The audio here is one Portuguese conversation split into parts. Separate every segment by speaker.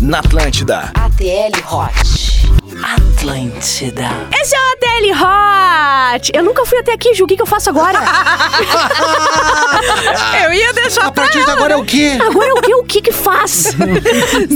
Speaker 1: na Atlântida.
Speaker 2: ATL Hot.
Speaker 3: Atlântida.
Speaker 4: Esse é o ATL Hot! Eu nunca fui até aqui, Ju, o que, que eu faço agora?
Speaker 3: eu ia deixar
Speaker 5: A partir de agora é o quê?
Speaker 4: agora o que, o que que faz?
Speaker 3: Sim,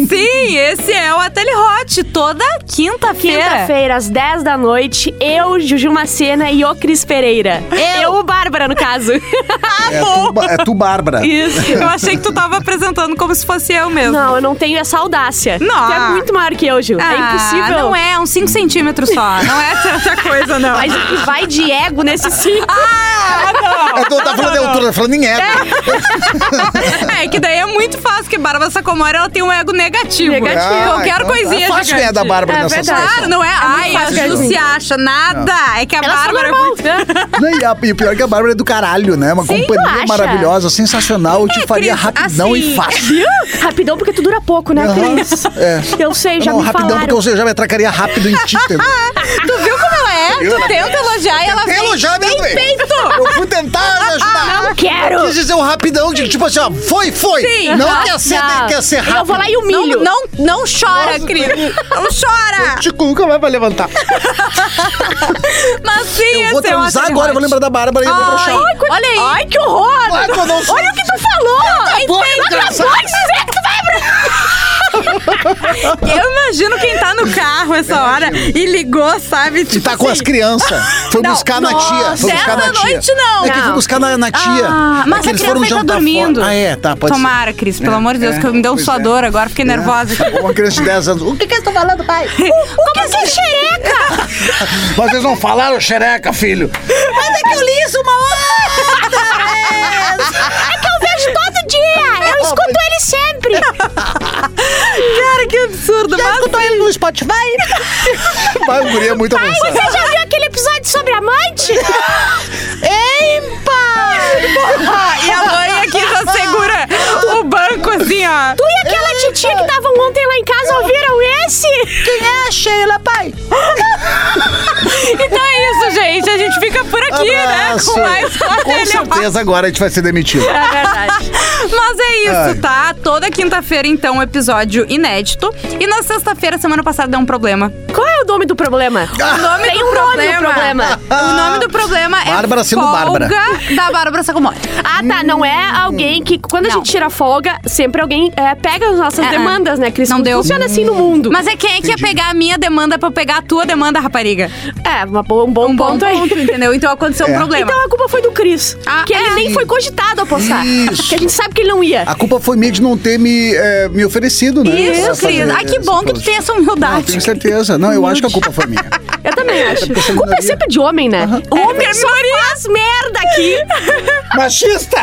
Speaker 3: esse é o Ateli Hot, toda quinta-feira.
Speaker 4: Quinta-feira, às 10 da noite, eu, Juju Macena e o Cris Pereira. Eu, o Bárbara, no caso. Tá
Speaker 5: É tu, Ba- é tu, Bárbara.
Speaker 4: Isso.
Speaker 3: Eu achei que tu tava apresentando como se fosse eu mesmo.
Speaker 4: Não, eu não tenho essa audácia.
Speaker 3: Não.
Speaker 4: Tu é muito maior que eu, Ju. é impossível.
Speaker 3: Ah, Não é, uns 5 centímetros só. Não é tanta coisa, não.
Speaker 4: Mas o que vai de ego nesse cinco?
Speaker 3: Ah,
Speaker 5: É tu, tá falando de altura, tá falando em
Speaker 4: É,
Speaker 5: ego.
Speaker 3: não. É que daí é muito fácil, que Bárbara Sacomora, ela tem um ego negativo.
Speaker 4: Negativo.
Speaker 5: Ah,
Speaker 3: Qualquer
Speaker 5: então
Speaker 3: coisinha
Speaker 5: É fácil ganhar
Speaker 3: gigante.
Speaker 5: da Bárbara
Speaker 4: É
Speaker 5: nessa
Speaker 4: verdade.
Speaker 5: situação.
Speaker 3: Claro, não é? Ai, a
Speaker 4: fácil,
Speaker 3: Ju
Speaker 4: gente.
Speaker 3: se acha, nada. É que a
Speaker 4: Ela só
Speaker 3: Bárbara é
Speaker 4: normal.
Speaker 3: muito...
Speaker 5: Não, e, a- e o pior é que a Bárbara é do caralho, né? Uma
Speaker 4: Sim, tu
Speaker 5: companhia
Speaker 4: acha?
Speaker 5: maravilhosa, sensacional. Eu te
Speaker 3: É,
Speaker 5: faria
Speaker 3: Cris,
Speaker 5: rapidão
Speaker 3: assim,
Speaker 5: e fácil.
Speaker 4: Viu? Rapidão, porque tu dura pouco, né,
Speaker 5: Aham,
Speaker 4: Cris?
Speaker 5: é.
Speaker 4: Eu sei, já
Speaker 5: não,
Speaker 4: me
Speaker 5: rapidão,
Speaker 4: falaram.
Speaker 5: porque eu sei, já me atracaria rápido em ti. entendeu?
Speaker 3: Tu viu como ela é?
Speaker 5: Viu?
Speaker 3: Tu tenta elogiar e ela
Speaker 5: Tentei
Speaker 3: vem...
Speaker 5: elogiar, né,
Speaker 3: Bem
Speaker 5: velho?
Speaker 3: feito!
Speaker 5: Eu fui tentar ajudar.
Speaker 4: Ah, Não quero!
Speaker 5: Eu Quis dizer um rapidão, de, tipo assim, ó, foi, foi.
Speaker 3: Sim.
Speaker 5: Não quer ser,
Speaker 4: Não.
Speaker 5: quer ser rápido.
Speaker 4: Eu vou lá e
Speaker 3: Não,
Speaker 4: humilho.
Speaker 3: não, não chora,
Speaker 5: Nossa,
Speaker 3: Cris. Não chora.
Speaker 5: Tico nunca mais vai levantar.
Speaker 3: Mas sim,
Speaker 5: Eu vou
Speaker 3: esse é o
Speaker 5: transar
Speaker 3: Ateli
Speaker 5: agora, eu
Speaker 3: Hot.
Speaker 5: vou lembrar da Bárbara e eu vou
Speaker 3: Ai,
Speaker 5: broxar.
Speaker 3: olha aí.
Speaker 4: Ai, que horror!
Speaker 5: Ai, quando eu sou- Tá é
Speaker 4: Olha o que tu falou! Então,
Speaker 5: Acabou,
Speaker 4: Entende?
Speaker 5: desgraçado.
Speaker 4: Acabou de dizer é que tu vai
Speaker 3: Eu imagino quem tá no carro essa hora e ligou, sabe? Tipo
Speaker 5: E tá com
Speaker 3: assim,
Speaker 5: as crianças. Foi
Speaker 3: Não,
Speaker 5: buscar na
Speaker 3: nossa,
Speaker 5: tia. Foi buscar
Speaker 3: essa
Speaker 5: na tia.
Speaker 3: noite não.
Speaker 5: É que
Speaker 4: Não.
Speaker 5: foi buscar na, na tia.
Speaker 3: Ah,
Speaker 5: É
Speaker 3: mas
Speaker 5: que
Speaker 3: a
Speaker 5: eles
Speaker 3: criança
Speaker 5: foram
Speaker 3: aí tá
Speaker 5: jantar
Speaker 3: dormindo.
Speaker 5: fora. Ah, é, tá, pode
Speaker 3: Tomara, Cris, pelo
Speaker 5: É,
Speaker 3: amor de Deus,
Speaker 5: é,
Speaker 3: que me deu um
Speaker 5: pois
Speaker 3: suador
Speaker 5: é.
Speaker 3: agora, fiquei
Speaker 5: ser.
Speaker 3: nervosa.
Speaker 5: É. Uma criança de 10 anos. O que que eles estão falando, pai?
Speaker 3: Como que assim? xereca?
Speaker 5: Mas eles não falaram xereca, filho.
Speaker 3: Mas é que eu li isso uma hora!
Speaker 4: vejo todo
Speaker 3: É,
Speaker 4: dia! Eu escuto ele sempre!
Speaker 3: Cara, que absurdo, mas...
Speaker 5: tô indo no Spotify. Vai, o guri é muito avançado.
Speaker 4: Você já viu aquele episódio sobre amante?
Speaker 3: Ah, e a mãe aqui já segura o banco assim, ó.
Speaker 4: Tu e aquela titia que estavam ontem lá em casa ouviram esse? Quem é a Sheila, pai?
Speaker 3: Então é isso, gente. A gente fica por aqui,
Speaker 5: Abraço.
Speaker 3: né? Com mais
Speaker 5: Com certeza agora a gente vai ser demitido.
Speaker 4: É verdade.
Speaker 3: Mas é isso,
Speaker 5: Ai.
Speaker 3: tá? Toda quinta-feira, então, um episódio inédito. E na sexta-feira, semana passada, deu um problema.
Speaker 4: Qual é o nome do problema?
Speaker 3: O nome
Speaker 4: Tem
Speaker 3: do
Speaker 4: um nome,
Speaker 3: problema.
Speaker 4: o problema.
Speaker 3: O nome do problema é
Speaker 5: Bárbara sendo
Speaker 3: folga
Speaker 5: Bárbara.
Speaker 3: da Bárbara Sacomori.
Speaker 4: Ah, tá. Não é alguém que. Quando a
Speaker 3: hum. Não.
Speaker 4: gente tira folga, sempre alguém é, pega as nossas
Speaker 3: É, é.
Speaker 4: demandas, né, Cris?
Speaker 3: Não deu.
Speaker 4: Funciona assim no mundo.
Speaker 3: Mas é quem é que ia pegar a minha demanda pra eu pegar a tua demanda, rapariga?
Speaker 4: É, uma boa- um bom
Speaker 3: Um bom
Speaker 4: ponto aí.
Speaker 3: ponto, entendeu? Então aconteceu um
Speaker 5: É.
Speaker 3: problema.
Speaker 4: Então a culpa foi do Cris.
Speaker 3: Ah,
Speaker 4: que ele
Speaker 3: é. Ah,
Speaker 4: nem foi cogitado a postar.
Speaker 5: Isso.
Speaker 4: Que a gente sabe que ele não ia.
Speaker 5: A culpa foi minha de não ter me, eh, me oferecido, né? pra
Speaker 3: isso,
Speaker 5: fazer
Speaker 3: Cris. Ai, que
Speaker 5: essa
Speaker 3: bom que tu
Speaker 5: coisa.
Speaker 3: tem essa
Speaker 5: Não,
Speaker 3: humildade.
Speaker 5: tenho certeza. Não, eu acho que a culpa foi minha.
Speaker 4: Eu também acho. A culpa é
Speaker 5: minoria.
Speaker 4: sempre de homem, né? O
Speaker 3: é
Speaker 4: homem só faz merda aqui.
Speaker 5: Machista!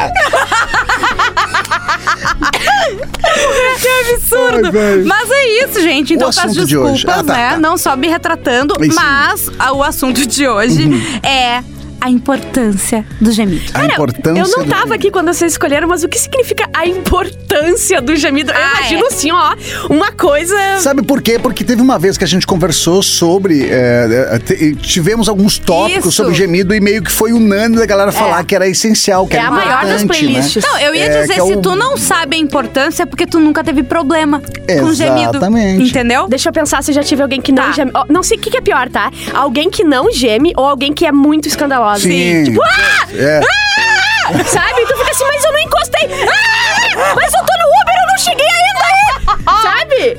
Speaker 3: Que absurdo!
Speaker 5: Ai, velho.
Speaker 3: mas é isso, gente. Então
Speaker 5: O
Speaker 3: peço
Speaker 5: assunto de
Speaker 3: desculpas,
Speaker 5: hoje. Ah, tá,
Speaker 3: né?
Speaker 5: tá.
Speaker 3: Não só me retratando,
Speaker 5: Isso.
Speaker 3: mas ah, o assunto de hoje
Speaker 5: Uhum.
Speaker 3: é a importância do gemido.
Speaker 5: A importância.
Speaker 4: Eu não
Speaker 5: do-
Speaker 4: tava aqui quando vocês escolheram, mas o que significa a importância do gemido? Eu
Speaker 3: Ah,
Speaker 4: imagino
Speaker 3: é.
Speaker 4: assim, ó, uma coisa.
Speaker 5: Sabe por quê? Porque teve uma vez que a gente conversou sobre. eh, eh, te- tivemos alguns tópicos
Speaker 3: Isso.
Speaker 5: sobre gemido e meio que foi unânime da galera falar que era essencial, que
Speaker 4: É
Speaker 5: era
Speaker 4: a maior das
Speaker 5: importante,
Speaker 4: playlists.
Speaker 5: Né?
Speaker 3: Não, eu ia
Speaker 5: É,
Speaker 3: dizer,
Speaker 5: que é
Speaker 3: se
Speaker 5: o-
Speaker 3: tu não sabe a importância, é porque tu nunca teve problema com gemido.
Speaker 5: Exatamente.
Speaker 3: Entendeu?
Speaker 4: Deixa eu pensar se eu já tive alguém que
Speaker 3: Tá.
Speaker 4: não geme. Ó, Não sei o que, que é pior, tá? Alguém que não geme ou alguém que é muito escandalosa.
Speaker 5: Sim.
Speaker 4: Tipo, ah!
Speaker 5: É.
Speaker 4: Ah! Sabe? Tu fica assim, mas eu não encostei. Ah! Mas eu tô no Uber, eu não cheguei ainda. Sabe?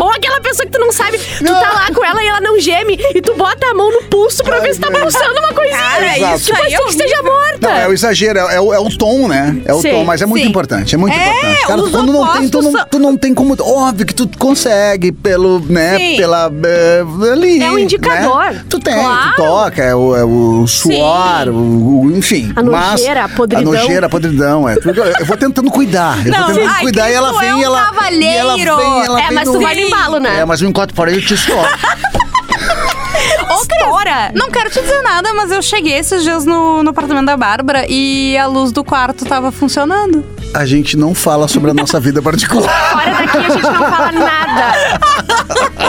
Speaker 4: Ou aquela pessoa que tu não sabe, tu tá lá com ela e ela não geme e tu bota a mão no pulso pra ver se tá pulsando uma coisinha.
Speaker 3: Cara,
Speaker 5: Exato. isso
Speaker 4: tipo
Speaker 3: aí
Speaker 4: assim
Speaker 3: é
Speaker 4: que esteja
Speaker 5: Não, é
Speaker 4: morta.
Speaker 5: o exagero, é, é o, é o tom, né? É o
Speaker 4: Sim,
Speaker 5: tom, mas é muito
Speaker 3: sim.
Speaker 5: importante, é muito
Speaker 3: É,
Speaker 5: importante. Cara,
Speaker 3: os
Speaker 5: quando não tem, tu
Speaker 3: opostos
Speaker 5: não,
Speaker 3: são-
Speaker 5: tu não tem como. Óbvio que tu consegue pelo, né?
Speaker 3: Sim.
Speaker 5: Pela. eh, ali,
Speaker 4: É um indicador.
Speaker 5: né? Tu tem,
Speaker 4: Claro.
Speaker 5: tu toca, é o, é o suor, o, o- enfim.
Speaker 4: A
Speaker 5: mas-
Speaker 4: nojeira, a podridão.
Speaker 5: A nojeira, a podridão, é. Tudo- Eu vou tentando cuidar. Eu
Speaker 3: Não,
Speaker 5: vou tentando
Speaker 3: ai,
Speaker 5: cuidar e ela
Speaker 3: Cristo, é
Speaker 5: vem
Speaker 3: um
Speaker 5: e ela. e ela vem,
Speaker 3: cavalheiro.
Speaker 5: ela
Speaker 4: É,
Speaker 5: vem
Speaker 4: mas tu vai no embalo, né?
Speaker 5: É, mas um enquanto fora eu te suor.
Speaker 3: Outra Não quero te dizer nada, mas eu cheguei esses dias no, no apartamento da Bárbara e a luz do quarto tava funcionando.
Speaker 5: A gente não fala sobre a nossa vida particular.
Speaker 4: Fora daqui a gente não fala nada.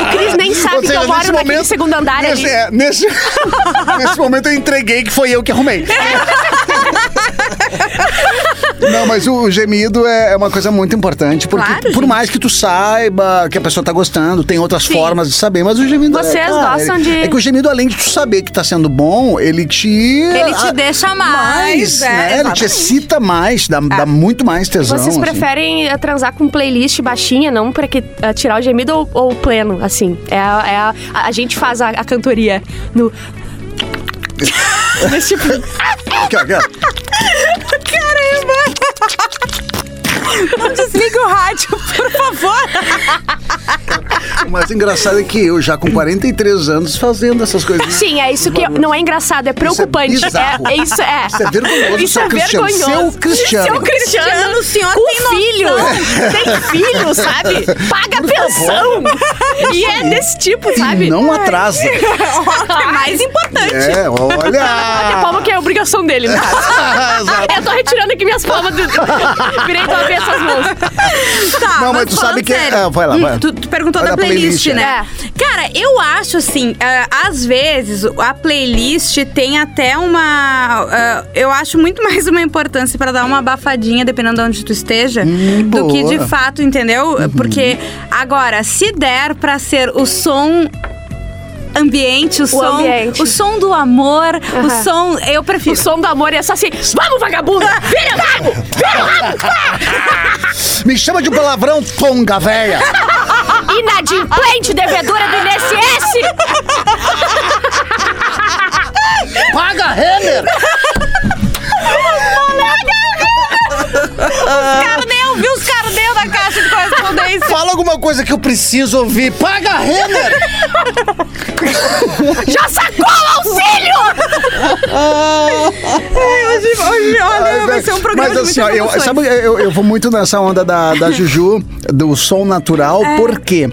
Speaker 4: O Cris nem sabe
Speaker 5: Ou
Speaker 4: que
Speaker 5: seja,
Speaker 4: eu moro
Speaker 5: nesse
Speaker 4: naquele
Speaker 5: momento-
Speaker 4: segundo andar
Speaker 5: nesse,
Speaker 4: ali.
Speaker 5: é, nesse, nesse momento eu entreguei que foi eu que arrumei. Não, mas o gemido é é uma coisa muito importante, porque
Speaker 4: Claro,
Speaker 5: por
Speaker 4: gente.
Speaker 5: mais que tu saiba que a pessoa tá gostando, tem outras formas de saber, mas o gemido é,
Speaker 4: Vocês
Speaker 5: cara,
Speaker 4: gostam
Speaker 5: ele-
Speaker 4: de-
Speaker 5: É que o gemido, além de tu saber que tá sendo bom, ele te...
Speaker 3: Ele te
Speaker 5: ah,
Speaker 3: deixa mais, é,
Speaker 5: né? Ele
Speaker 3: exatamente.
Speaker 5: te excita mais, dá, dá muito mais tesão.
Speaker 4: Ah. Vocês
Speaker 5: assim.
Speaker 4: preferem eh, transar com playlist baixinha, não pra que, eh, tirar o gemido ou, ou pleno, assim? É, a- é a, a, a gente faz a, a cantoria no. Nesse tipo.
Speaker 5: Aqui, ó, aqui, ó.
Speaker 3: Desliga o rádio, por favor.
Speaker 5: O mais engraçado é que eu, já com 43 anos, fazendo essas coisas.
Speaker 4: Sim, é isso que eu- não é engraçado, é preocupante.
Speaker 5: bizarro.
Speaker 4: é, é isso é.
Speaker 5: Isso é vergonhoso,
Speaker 4: Isso
Speaker 5: seu
Speaker 4: é
Speaker 5: Cristiano.
Speaker 4: vergonhoso.
Speaker 5: Seu Cristiano.
Speaker 4: Seu Cristiano.
Speaker 3: o senhor
Speaker 4: Com
Speaker 3: tem noção.
Speaker 4: filho. Tem filho, sabe? Paga pensão. E é desse tipo, sabe?
Speaker 5: E não atrasa.
Speaker 3: É mais importante.
Speaker 5: É,
Speaker 4: Bater palma
Speaker 5: olha.
Speaker 4: que é obrigação dele, no caso. Eu tô retirando aqui minhas palmas. Do... Virei pra ver essas mãos.
Speaker 3: Tá,
Speaker 5: Não, mas tu
Speaker 3: falando
Speaker 5: sabe que-
Speaker 3: sério.
Speaker 5: é, vai lá,
Speaker 3: Hum,
Speaker 5: vai.
Speaker 3: Tu, tu perguntou
Speaker 5: Vai
Speaker 3: da
Speaker 5: na
Speaker 3: playlist,
Speaker 5: playlist,
Speaker 3: né?
Speaker 4: É.
Speaker 3: Cara, eu acho assim, ah, às vezes a playlist tem até uma. ah, eu acho muito mais uma importância pra dar uma abafadinha, dependendo de onde tu esteja,
Speaker 5: Hum,
Speaker 3: do que
Speaker 5: boa. Uhum.
Speaker 3: de fato, entendeu? Porque agora, se der pra ser o som. Ambiente, o, som.
Speaker 4: ambiente.
Speaker 3: O som do amor,
Speaker 4: Aham.
Speaker 3: o som. Eu prefiro.
Speaker 4: O som do amor é só assim: vamos, vagabundo! Vira vago!
Speaker 5: Me chama de palavrão tonga, véia.
Speaker 4: Inadimplente, devedora do INSS!
Speaker 5: Paga, Renner.
Speaker 3: Cara, nem ouvi os caras dentro da caixa de correspondência.
Speaker 5: Fala alguma coisa que eu preciso ouvir. Paga, Renner.
Speaker 4: Já sacou o auxílio!
Speaker 3: Hoje, hoje, olha, vai ser um programa
Speaker 5: Ah, Mas assim,
Speaker 3: de
Speaker 5: ó,
Speaker 3: muitas
Speaker 5: eu,
Speaker 3: emoções.
Speaker 5: sabe, eu, eu vou muito nessa onda da, da Juju, do som natural.
Speaker 3: É.
Speaker 5: Por quê?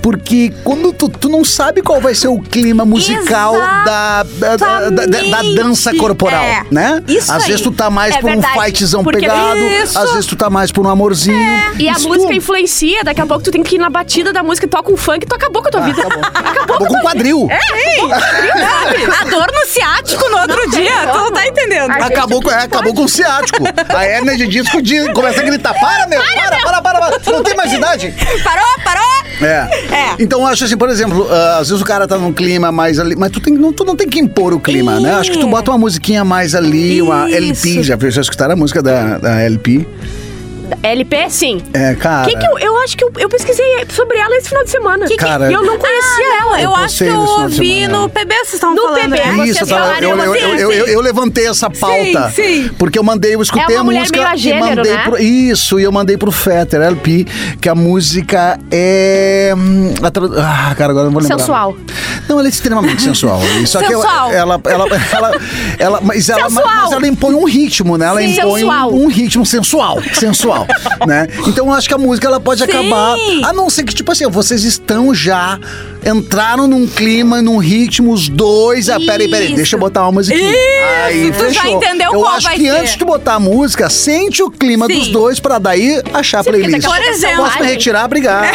Speaker 5: Porque quando tu, tu não sabe qual vai ser o clima musical da, da, da, da- da dança corporal,
Speaker 3: É.
Speaker 5: né?
Speaker 3: Isso
Speaker 5: às
Speaker 3: aí.
Speaker 5: vezes tu tá mais
Speaker 4: É
Speaker 5: por
Speaker 4: verdade.
Speaker 5: um fightzão
Speaker 4: Porque-
Speaker 5: pegado,
Speaker 3: Isso. É.
Speaker 5: às vezes tu tá mais por um amorzinho.
Speaker 4: E a
Speaker 5: Isso
Speaker 4: música
Speaker 5: tudo.
Speaker 4: influencia, daqui a pouco tu tem que ir na batida da música, toca um funk, tu acabou com a
Speaker 5: Ah,
Speaker 4: tua vida. Acabou
Speaker 5: Vou Tá com quadril.
Speaker 3: É, A dor no ciático no outro dia, tu não tá entendendo.
Speaker 4: Ai,
Speaker 5: Acabou, com, é, acabou com o ciático. A hérnia de disco diz- começa a gritar: para, meu, para, para, para, para. Tu não tem mais idade.
Speaker 3: Parou, parou!
Speaker 5: É. Então eu acho assim, por exemplo, ah, às vezes o cara tá num clima mais ali. Mas tu, tem, não, tu não tem que impor o clima, né? Acho que tu bota uma musiquinha mais ali, uma LP.
Speaker 3: Isso.
Speaker 5: Já, já escutaram a música da, da LP?
Speaker 4: LP, sim.
Speaker 5: É, cara.
Speaker 4: Que que eu, eu acho que eu, eu pesquisei sobre ela esse final de semana. é
Speaker 5: que- Cara,
Speaker 4: e eu não conhecia
Speaker 3: Ah,
Speaker 4: ela.
Speaker 3: Eu,
Speaker 5: Eu
Speaker 3: acho
Speaker 5: postei
Speaker 3: que eu
Speaker 5: no final de
Speaker 3: ouvi
Speaker 5: semana.
Speaker 3: no PB, vocês estavam
Speaker 4: No
Speaker 3: falando.
Speaker 4: PB,
Speaker 3: né?
Speaker 4: vocês
Speaker 5: Isso, eu, tava- eu,
Speaker 4: falaram,
Speaker 5: eu, eu, eu, eu levantei essa pauta.
Speaker 3: sim.
Speaker 5: Porque eu mandei, eu escutei
Speaker 4: É uma
Speaker 5: a
Speaker 4: mulher
Speaker 5: música.
Speaker 4: meio a
Speaker 5: e
Speaker 4: gênero,
Speaker 5: mandei
Speaker 4: né?
Speaker 5: pro- isso, e eu mandei pro Fetter, LP, que a música é. hum, a tra- Ah, cara, agora eu não vou lembrar.
Speaker 4: Sensual.
Speaker 5: Não, ela é extremamente sensual. Só que
Speaker 3: Sensual.
Speaker 5: ela, ela, ela, ela, ela- mas, ela mas,
Speaker 4: Sensual.
Speaker 5: ela impõe um ritmo, né? Ela
Speaker 4: Sim.
Speaker 5: impõe
Speaker 4: Sensual.
Speaker 5: um, um ritmo sensual. Sensual. né? Então eu acho que a música ela pode acabar. A não ser que, tipo assim, vocês estão já. Entraram num clima, num ritmo, os dois. Ah, peraí, peraí,
Speaker 3: Isso.
Speaker 5: deixa eu botar uma musiquinha. Aí
Speaker 3: tu já
Speaker 5: fechou.
Speaker 3: entendeu
Speaker 5: eu
Speaker 3: qual
Speaker 5: acho
Speaker 3: vai
Speaker 5: que
Speaker 3: ser.
Speaker 5: antes de botar a música, sente o clima
Speaker 3: Sim.
Speaker 5: dos dois pra daí achar a playlist.
Speaker 4: daqui a
Speaker 3: Por
Speaker 4: pouco
Speaker 3: exemplo.
Speaker 5: Posso me retirar? Obrigado.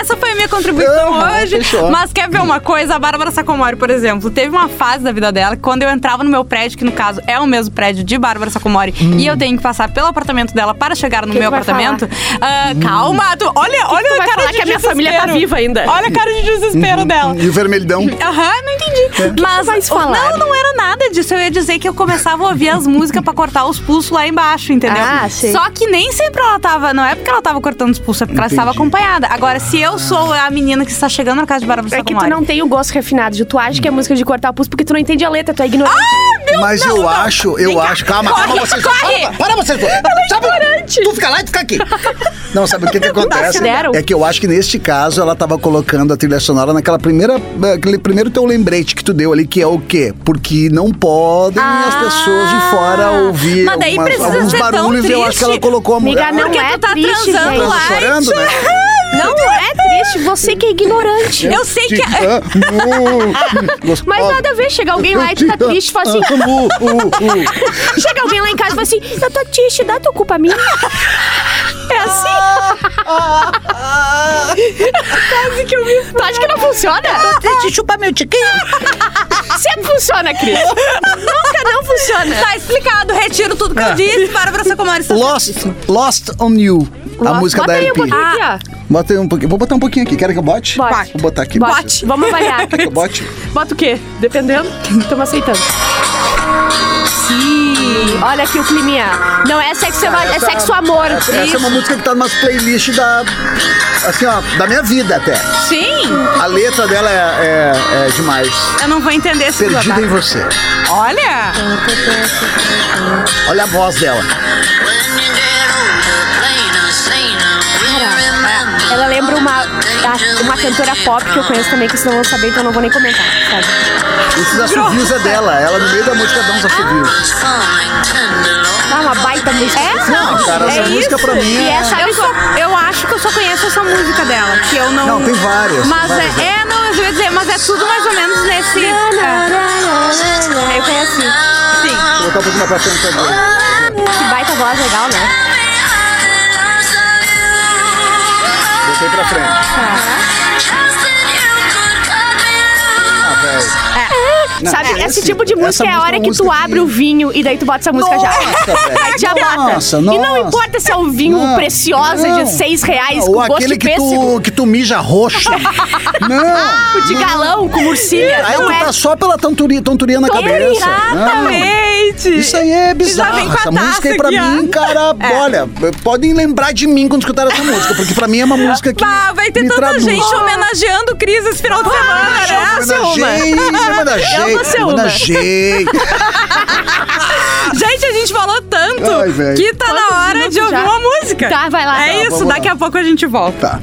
Speaker 3: Essa foi a minha contribuição
Speaker 5: Aham,
Speaker 3: hoje.
Speaker 5: fechou.
Speaker 3: Mas quer ver uma coisa? A Bárbara Sacomori, por exemplo, teve uma fase da vida dela que quando eu entrava no meu prédio, que no caso é o mesmo prédio de Bárbara Sacomori, e
Speaker 5: Hum.
Speaker 3: eu tenho que passar pelo apartamento dela para chegar no
Speaker 4: Que que
Speaker 3: meu
Speaker 4: vai
Speaker 3: apartamento. ah, Calma, tu, olha, olha
Speaker 4: tu
Speaker 3: a
Speaker 4: vai
Speaker 3: cara
Speaker 4: falar
Speaker 3: de
Speaker 4: que a minha
Speaker 3: desespero.
Speaker 4: família tá viva ainda?
Speaker 3: Olha a cara de desespero dela.
Speaker 5: E o vermelhidão?
Speaker 3: Aham, não
Speaker 5: É.
Speaker 3: entendi. Mas
Speaker 4: vais falar? né?
Speaker 3: Não, não era nada disso. Eu ia dizer que eu começava a ouvir as músicas pra cortar os pulsos lá embaixo, entendeu?
Speaker 4: Ah, sei.
Speaker 3: Só que nem sempre ela tava. Não é porque ela tava cortando os pulsos, é porque
Speaker 5: Entendi. Ah.
Speaker 3: ela estava acompanhada. Agora, se eu sou a menina que está chegando na casa de Bárbara
Speaker 4: É que tu
Speaker 3: Sacomori-
Speaker 4: não tem o gosto refinado, Ju. Tu acha que é música de cortar pulso porque tu não entende a letra, tu é ignorante.
Speaker 3: Ah!
Speaker 5: Mas eu acho, eu acho. Calma,
Speaker 3: corre,
Speaker 5: calma, vocês
Speaker 3: corre.
Speaker 5: Para, para vocês dois. Sabe- tu fica lá e tu fica aqui. Não, sabe o que, que acontece?
Speaker 4: Considero.
Speaker 5: É que eu acho que neste caso ela tava colocando a trilha sonora naquela primeira. Aquele primeiro teu lembrete que tu deu ali, que é o quê? Porque não podem as pessoas de fora ouvir
Speaker 3: Mas daí
Speaker 5: algumas-
Speaker 3: precisa
Speaker 5: alguns
Speaker 3: ser tão
Speaker 5: barulhos. eu acho
Speaker 3: triste.
Speaker 5: que ela colocou a
Speaker 4: Amiga, não
Speaker 5: Ela
Speaker 4: é
Speaker 3: tu tá
Speaker 4: triste,
Speaker 3: transando
Speaker 4: gente.
Speaker 3: lá.
Speaker 5: chorando, né?
Speaker 4: Não é triste, você que é ignorante.
Speaker 3: Eu sei que.
Speaker 4: Mas nada a ver, chega alguém lá e tu tá triste, fala assim.
Speaker 5: Uh,
Speaker 4: Chega alguém lá em casa e fala assim, eu tô triste, dá tua culpa a minha. É assim. Quase que eu me. Tu acha que não funciona?
Speaker 5: Chupa meu tiquinho.
Speaker 4: Sempre funciona, Cris. Nunca não funciona.
Speaker 3: Tá explicado, retiro tudo
Speaker 5: Ah.
Speaker 3: que eu disse. Para pra ser como era
Speaker 5: Lost, Lost on You, a
Speaker 4: Nossa,
Speaker 5: música
Speaker 4: Bota
Speaker 5: da
Speaker 4: aí um
Speaker 5: LP.
Speaker 4: pouquinho aqui, ó.
Speaker 5: Bota aí um pouquinho. Vou botar um pouquinho aqui. Quer que eu bote?
Speaker 4: Bote.
Speaker 5: Vou botar aqui.
Speaker 4: Bote.
Speaker 5: Vocês-
Speaker 4: Vamos avaliar.
Speaker 5: Quer que eu bote?
Speaker 4: Bota o quê? Dependendo. Estamos aceitando. Sim. Olha aqui o climinha. Não é sexo, selvagem, é
Speaker 5: Essa-
Speaker 4: sexo amor.
Speaker 5: Essa, essa é uma música que tá numa playlist da. Assim, ó, da minha vida até.
Speaker 3: Sim,
Speaker 5: A letra dela é, é- é demais.
Speaker 3: eu não vou entender esse
Speaker 5: Perdida em
Speaker 3: babado.
Speaker 5: você.
Speaker 3: Olha!
Speaker 5: Olha a voz dela.
Speaker 4: Cara, Ela lembra uma, a- uma cantora pop que eu conheço também, que vocês não vão saber, então eu não vou nem comentar, sabe?
Speaker 5: Esses assobios é dela. Ela no meio da música dá uns assobios.
Speaker 4: Ah, uma baita música. É?
Speaker 5: Não, Ah, cara, essa
Speaker 3: é
Speaker 5: música
Speaker 3: isso.
Speaker 5: pra mim
Speaker 4: E
Speaker 5: é.
Speaker 4: essa
Speaker 3: Eu, só- eu acho que eu só conheço essa música dela, que eu não.
Speaker 5: Não, tem várias, tem
Speaker 3: Mas
Speaker 5: várias,
Speaker 3: é, é, não, eu ia dizer, mas é tudo mais ou menos nesse. é,
Speaker 4: Eu assim, conheci.
Speaker 5: Vou botar um pouquinho mais pra frente agora.
Speaker 4: Que baita voz legal, né?
Speaker 5: Botei pra frente. Ah, velho. Não,
Speaker 4: sabe,
Speaker 5: é
Speaker 4: esse
Speaker 5: esse-
Speaker 4: tipo de
Speaker 5: essa
Speaker 4: música é a
Speaker 5: música é
Speaker 4: hora
Speaker 5: uma
Speaker 4: que tu
Speaker 5: música
Speaker 4: abre
Speaker 5: que-
Speaker 4: o vinho e daí tu bota essa música já.
Speaker 5: Nossa, velho.
Speaker 4: Já bota.
Speaker 5: Nossa,
Speaker 4: E não
Speaker 5: nossa.
Speaker 4: importa se é um vinho
Speaker 5: Não,
Speaker 4: preciosa
Speaker 5: não.
Speaker 4: de seis reais
Speaker 5: Ou
Speaker 4: com gosto
Speaker 5: aquele
Speaker 4: de
Speaker 5: que
Speaker 4: pêssego.
Speaker 5: tu, que tu mija roxo. não.
Speaker 4: Ah, O de galão com murcilha.
Speaker 5: Aí
Speaker 4: não
Speaker 5: tu
Speaker 4: é.
Speaker 5: tá só pela tonturia, tonturia na cabeça. Não.
Speaker 3: Exatamente!
Speaker 5: Isso aí é bizarro.
Speaker 3: vem com a
Speaker 5: Essa música aí pra
Speaker 3: taça aqui,
Speaker 5: mim, cara,
Speaker 4: É.
Speaker 5: olha, podem lembrar de mim quando escutar essa música, porque pra mim é uma música que.
Speaker 3: Pá, vai ter
Speaker 5: me
Speaker 3: tanta
Speaker 5: traduz.
Speaker 3: gente homenageando o Cris esse final
Speaker 4: Ah,
Speaker 3: de semana, né?
Speaker 5: Homenageei, homenageei,
Speaker 4: vou ser uma.
Speaker 5: homenageei.
Speaker 3: Gente, a gente falou tanto
Speaker 5: Ai, velho.
Speaker 3: que tá
Speaker 4: Quantos
Speaker 3: na hora
Speaker 4: minutos
Speaker 3: de ouvir
Speaker 4: já?
Speaker 3: uma música.
Speaker 4: Tá, vai lá.
Speaker 3: É
Speaker 4: Tá,
Speaker 3: isso,
Speaker 5: vamos lá.
Speaker 3: daqui a pouco a gente volta.
Speaker 5: Tá.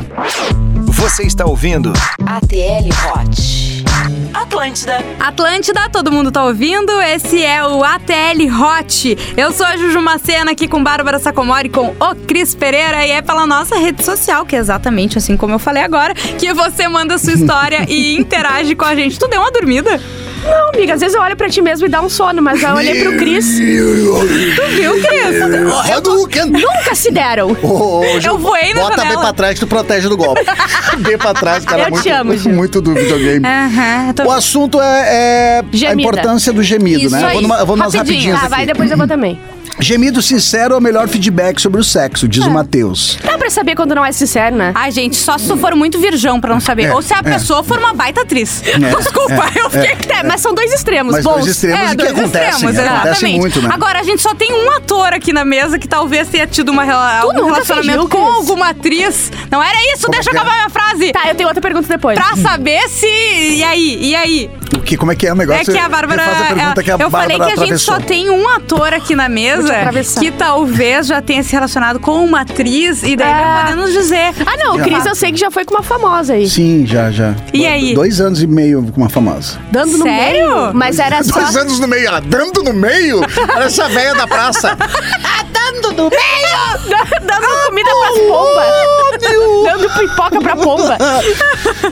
Speaker 1: Você está ouvindo?
Speaker 2: ATL Hot. Atlântida.
Speaker 3: Atlântida, todo mundo tá ouvindo? Esse é o ATL Hot. Eu sou a Juju Macena aqui com Bárbara Sacomori, com o Cris Pereira e é pela nossa rede social, que é exatamente assim como eu falei agora, que você manda sua história e interage com a gente. Tu deu uma dormida?
Speaker 4: Não, amiga, às vezes eu olho pra ti mesmo e dá um sono, mas eu olhei pro Cris.
Speaker 3: Tu viu, Cris?
Speaker 5: Hadouken!
Speaker 4: Nunca se deram.
Speaker 5: Ô, ô, Ju,
Speaker 3: Eu voei na
Speaker 5: Bota B
Speaker 3: janela.
Speaker 5: pra trás, tu protege do golpe. B pra trás, cara. é
Speaker 4: Eu te
Speaker 5: muito,
Speaker 4: amo, Ju.
Speaker 5: Muito do videogame.
Speaker 3: Aham, É, tô...
Speaker 5: O assunto é, é a
Speaker 4: Gemida.
Speaker 5: importância do gemido,
Speaker 4: Isso
Speaker 5: né? Eu Vou,
Speaker 4: aí.
Speaker 5: numa, eu vou nas
Speaker 3: Rapidinho.
Speaker 5: rapidinhas
Speaker 4: Ah,
Speaker 3: tá,
Speaker 5: aqui.
Speaker 4: vai, depois eu vou também.
Speaker 5: Gemido sincero é o melhor feedback sobre o sexo,
Speaker 3: É.
Speaker 5: diz o Matheus.
Speaker 4: Dá pra saber quando não é sincero,
Speaker 5: Ah,
Speaker 4: né?
Speaker 3: Ai, gente, só se tu for muito virgão pra não saber.
Speaker 5: É,
Speaker 3: Ou se a
Speaker 5: é.
Speaker 3: pessoa for uma baita atriz. Desculpa, eu fiquei.
Speaker 4: É, mas são dois extremos.
Speaker 5: Mas
Speaker 4: bons.
Speaker 5: dois extremos
Speaker 3: É,
Speaker 5: e que
Speaker 3: dois
Speaker 5: acontecem.
Speaker 3: extremos,
Speaker 5: acontecem
Speaker 3: exatamente.
Speaker 5: muito, né?
Speaker 3: Agora, a gente só tem um ator aqui na mesa que talvez tenha tido uma, rela- algum
Speaker 4: nunca
Speaker 3: relacionamento
Speaker 4: fingiu,
Speaker 3: com
Speaker 4: Cris?
Speaker 3: alguma atriz. Não era isso,
Speaker 5: Como
Speaker 3: deixa
Speaker 5: é
Speaker 3: eu
Speaker 5: que é?
Speaker 3: acabar minha frase.
Speaker 4: Tá, eu tenho outra pergunta depois.
Speaker 3: Pra saber se. E aí? E aí?
Speaker 5: O que, como é que é o negócio?
Speaker 3: É que a Bárbara.
Speaker 5: Você faz a pergunta
Speaker 3: ela-
Speaker 5: que a
Speaker 3: eu falei que a
Speaker 5: Bárbara
Speaker 3: gente só
Speaker 5: atravessou.
Speaker 3: tem um ator aqui na mesa
Speaker 4: atravessar.
Speaker 3: que talvez já tenha se relacionado com uma atriz e daí
Speaker 4: É.
Speaker 3: vai poder nos dizer.
Speaker 4: Ah, não, o Cris eu sei que já foi com uma famosa aí.
Speaker 5: Sim, já, já.
Speaker 3: E aí?
Speaker 5: Dois anos e meio com uma famosa.
Speaker 4: Dando no
Speaker 3: Sério?
Speaker 4: meio. Mas
Speaker 3: É
Speaker 4: era só.
Speaker 5: Dois anos no meio, ela dando no meio? Olha essa velha da praça.
Speaker 4: Dando comida pras
Speaker 5: Uh!
Speaker 4: pombas. Dando pipoca pra pomba.
Speaker 5: Ah,